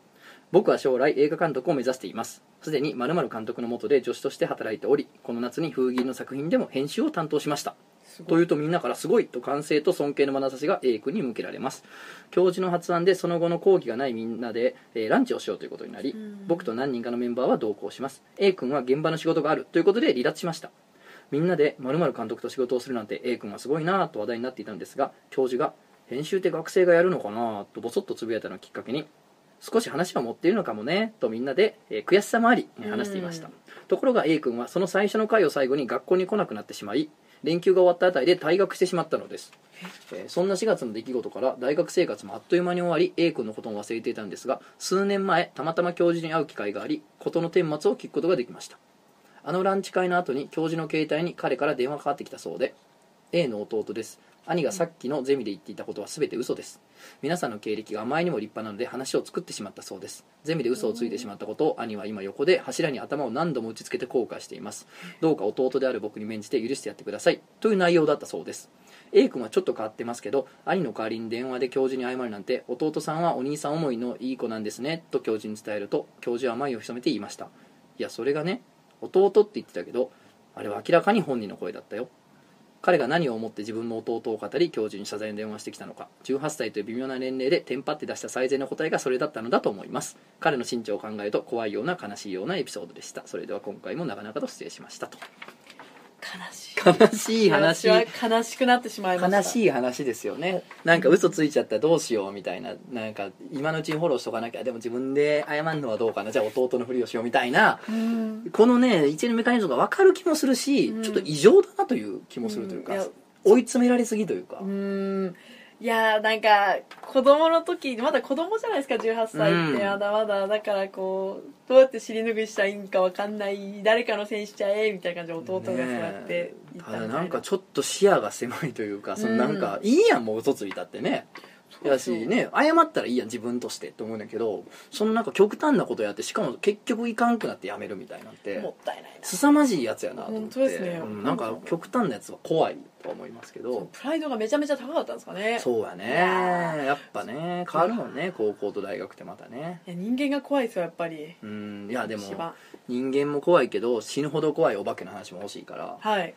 Speaker 1: 僕は将来映画監督を目指していますすでに〇〇監督の下で助手として働いておりこの夏に風吟の作品でも編集を担当しました
Speaker 2: す
Speaker 1: と
Speaker 2: ご
Speaker 1: い
Speaker 2: い
Speaker 1: うとみんなからすごいと歓声と尊敬の眼差しが A 君に向けられます教授の発案でその後の講義がないみんなで、えーランチをしようということになり
Speaker 2: うん
Speaker 1: 僕と何人かのメンバーは同行します A 君は現場の仕事があるということで離脱しましたみんなで〇〇監督と仕事をするなんて A 君はすごいなぁと話題になっていたのですが教授が編集って学生がやるのかなぁとボソッとつぶやいたのをきっかけに少し話は持っているのかもねとみんなで、えー悔しさもありえー話していました
Speaker 2: うん
Speaker 1: ところが A 君はその最初の回を最後に学校に来なくなってしまい連休が終わったあたりで退学してしまったのですえーそんな4月の出来事から大学生活もあっという間に終わり A 君のことも忘れていたんですが数年前たまたま教授に会う機会があり事の顛末を聞くことができましたあのランチ会の後に教授の携帯に彼から電話がかかってきたそうで A の弟です兄がさっきのゼミで言っていたことは全て嘘です皆さんの経歴があまりにも立派なので話を作ってしまったそうですゼミで嘘をついてしまったことを兄は今横で柱に頭を何度も打ちつけて後悔していますどうか弟である僕に免じて許してやってくださいという内容だったそうです A 君はちょっと変わってますけど兄の代わりに電話で教授に謝るなんて弟さんはお兄さん思いのいい子なんですねと教授に伝えると教授は眉を潜めて言いましたいやそれがね弟って言ってたけどあれは明らかに本人の声だったよ彼が何を思って自分の弟を語り教授に謝罪の電話をしてきたのか18歳という微妙な年齢でテンパって出した最善の答えがそれだったのだと思います彼の身長を考えると怖いような悲しいようなエピソードでしたそれでは今回も長々と失礼しましたと
Speaker 2: 悲しい
Speaker 1: 悲しい話
Speaker 2: 私は悲しくなってしまいました
Speaker 1: 悲しい話ですよねなんか嘘ついちゃったらどうしようみたいななんか今のうちにフォローしとかなきゃでも自分で謝るのはどうかなじゃあ弟のふりをしようみたいな
Speaker 2: うん
Speaker 1: このね一連のメカニズムが分かる気もするし、
Speaker 2: うん
Speaker 1: ちょっと異常だなという気もするというか、
Speaker 2: うんいや
Speaker 1: 追い詰められすぎというか、
Speaker 2: うーんいやーなんか子供の時まだ子供じゃないですか18歳って、
Speaker 1: うん
Speaker 2: まだまだだからこうどうやって尻拭いしたらいいんかわかんない誰かのせいにしちゃえみたいな感じで弟がそうやって言った
Speaker 1: ただ
Speaker 2: み
Speaker 1: なん
Speaker 2: た
Speaker 1: か
Speaker 2: い
Speaker 1: ちょっと視野が狭いというかそのなんかいいやんもう嘘ついたってね
Speaker 2: う
Speaker 1: やしね謝ったらいいやん自分としてって思うんだけどそのなんか極端なことやってしかも結局いかんくなってやめるみたいなん
Speaker 2: なも
Speaker 1: て
Speaker 2: ったいないな
Speaker 1: 凄まじいやつやなと思って
Speaker 2: 本当ですね
Speaker 1: うんなんか極端なやつは怖いとは思いますけど
Speaker 2: プライドがめちゃめちゃ高かったんですかね
Speaker 1: そうやねやっぱね変わるもんね高校と大学ってまたね
Speaker 2: いや人間が怖いですよやっぱり
Speaker 1: うんいやでも
Speaker 2: 一番
Speaker 1: 人間も怖いけど死ぬほど怖いお化けの話も欲しいから
Speaker 2: はい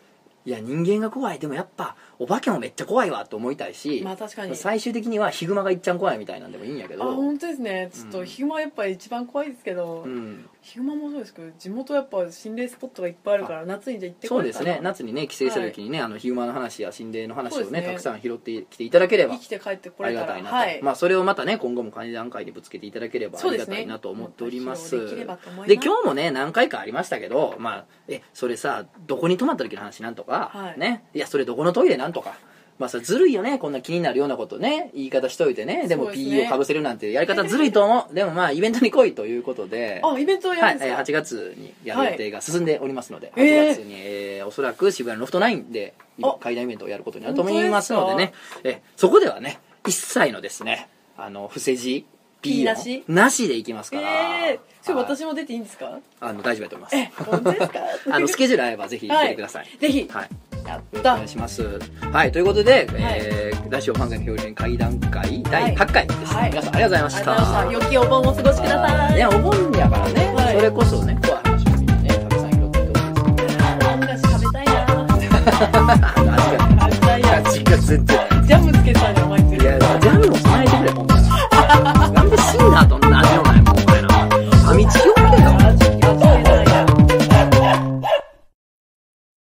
Speaker 1: いや人間が怖いでもやっぱお化けもめっちゃ怖いわと思いたいし、
Speaker 2: まあ確かに
Speaker 1: 最終的にはヒグマがいっちゃん怖いみたいなんでもいいんやけ
Speaker 2: あ
Speaker 1: ど
Speaker 2: 本当ですねちょっ
Speaker 1: う
Speaker 2: と
Speaker 1: ん
Speaker 2: ヒグマやっぱ一番怖いですけど、
Speaker 1: うん
Speaker 2: ヒグマもそうですけど地元やっぱ心霊スポットがいっぱいあるから夏にじゃあ行ってこ
Speaker 1: そうで
Speaker 2: よか
Speaker 1: す
Speaker 2: な
Speaker 1: ね夏にね帰省した時にね、あのヒグマの話や心霊の話
Speaker 2: そ
Speaker 1: を
Speaker 2: うです
Speaker 1: ね
Speaker 2: ね
Speaker 1: たくさん拾ってきていただければ
Speaker 2: 生きて帰ってこ
Speaker 1: あ
Speaker 2: れ
Speaker 1: り
Speaker 2: た
Speaker 1: が
Speaker 2: ら
Speaker 1: たいなと、
Speaker 2: はい、
Speaker 1: まあそれをまたね今後も管理段階にぶつけていただければあ
Speaker 2: そ
Speaker 1: り
Speaker 2: うで
Speaker 1: が
Speaker 2: す
Speaker 1: た
Speaker 2: ね
Speaker 1: いなと思っております
Speaker 2: もっと披露できればと思います
Speaker 1: で今日もね何回かありましたけどまあえそれさどこに泊まった時の話なんとか、
Speaker 2: はい
Speaker 1: ねいやそれどこのトイレなんとかまあさずるいよねこんな気になるようなことね言い方しといてねでも
Speaker 2: そうですね
Speaker 1: P をかぶせるなんてやり方ずるいと思うでもまあイベントに来いということで
Speaker 2: あイベントをや
Speaker 1: は
Speaker 2: る
Speaker 1: い
Speaker 2: ん、です
Speaker 1: え
Speaker 2: か、
Speaker 1: ー8月にやる予定が進んでおりますので、
Speaker 2: はいえー
Speaker 1: 8月に、えーおそらく渋谷のロフト9で
Speaker 2: あ
Speaker 1: 会談イベントをやることになると思いますのでねえーそこではね一切のですねあの伏せ字
Speaker 2: P
Speaker 1: ピー
Speaker 2: なし
Speaker 1: なしでいきますから、
Speaker 2: ええそれ
Speaker 1: はい
Speaker 2: 私も出ていいんですか
Speaker 1: あの大丈夫だと思います
Speaker 2: え本当ですか
Speaker 1: あのスケジュール合えばぜひ
Speaker 2: は
Speaker 1: 来
Speaker 2: い
Speaker 1: てください、
Speaker 2: ぜひ、
Speaker 1: はい
Speaker 2: やっ
Speaker 1: お
Speaker 2: た
Speaker 1: 願いしますはいということで、えー、ラジオ漫才の表現会談会第8回です、
Speaker 2: はい
Speaker 1: 皆さんありがとうございま
Speaker 2: あり
Speaker 1: し
Speaker 2: が
Speaker 1: た
Speaker 2: とうございました良きお盆をお過ごしください
Speaker 1: ねお盆やからね、
Speaker 2: はい
Speaker 1: それこそね怖い話もみんなねたくさん拾ってると思うんですけど
Speaker 2: お昔食べたいな
Speaker 1: あ、違う。
Speaker 2: 食べたいや
Speaker 1: 違う、全然。
Speaker 2: ジャムつけたいなお前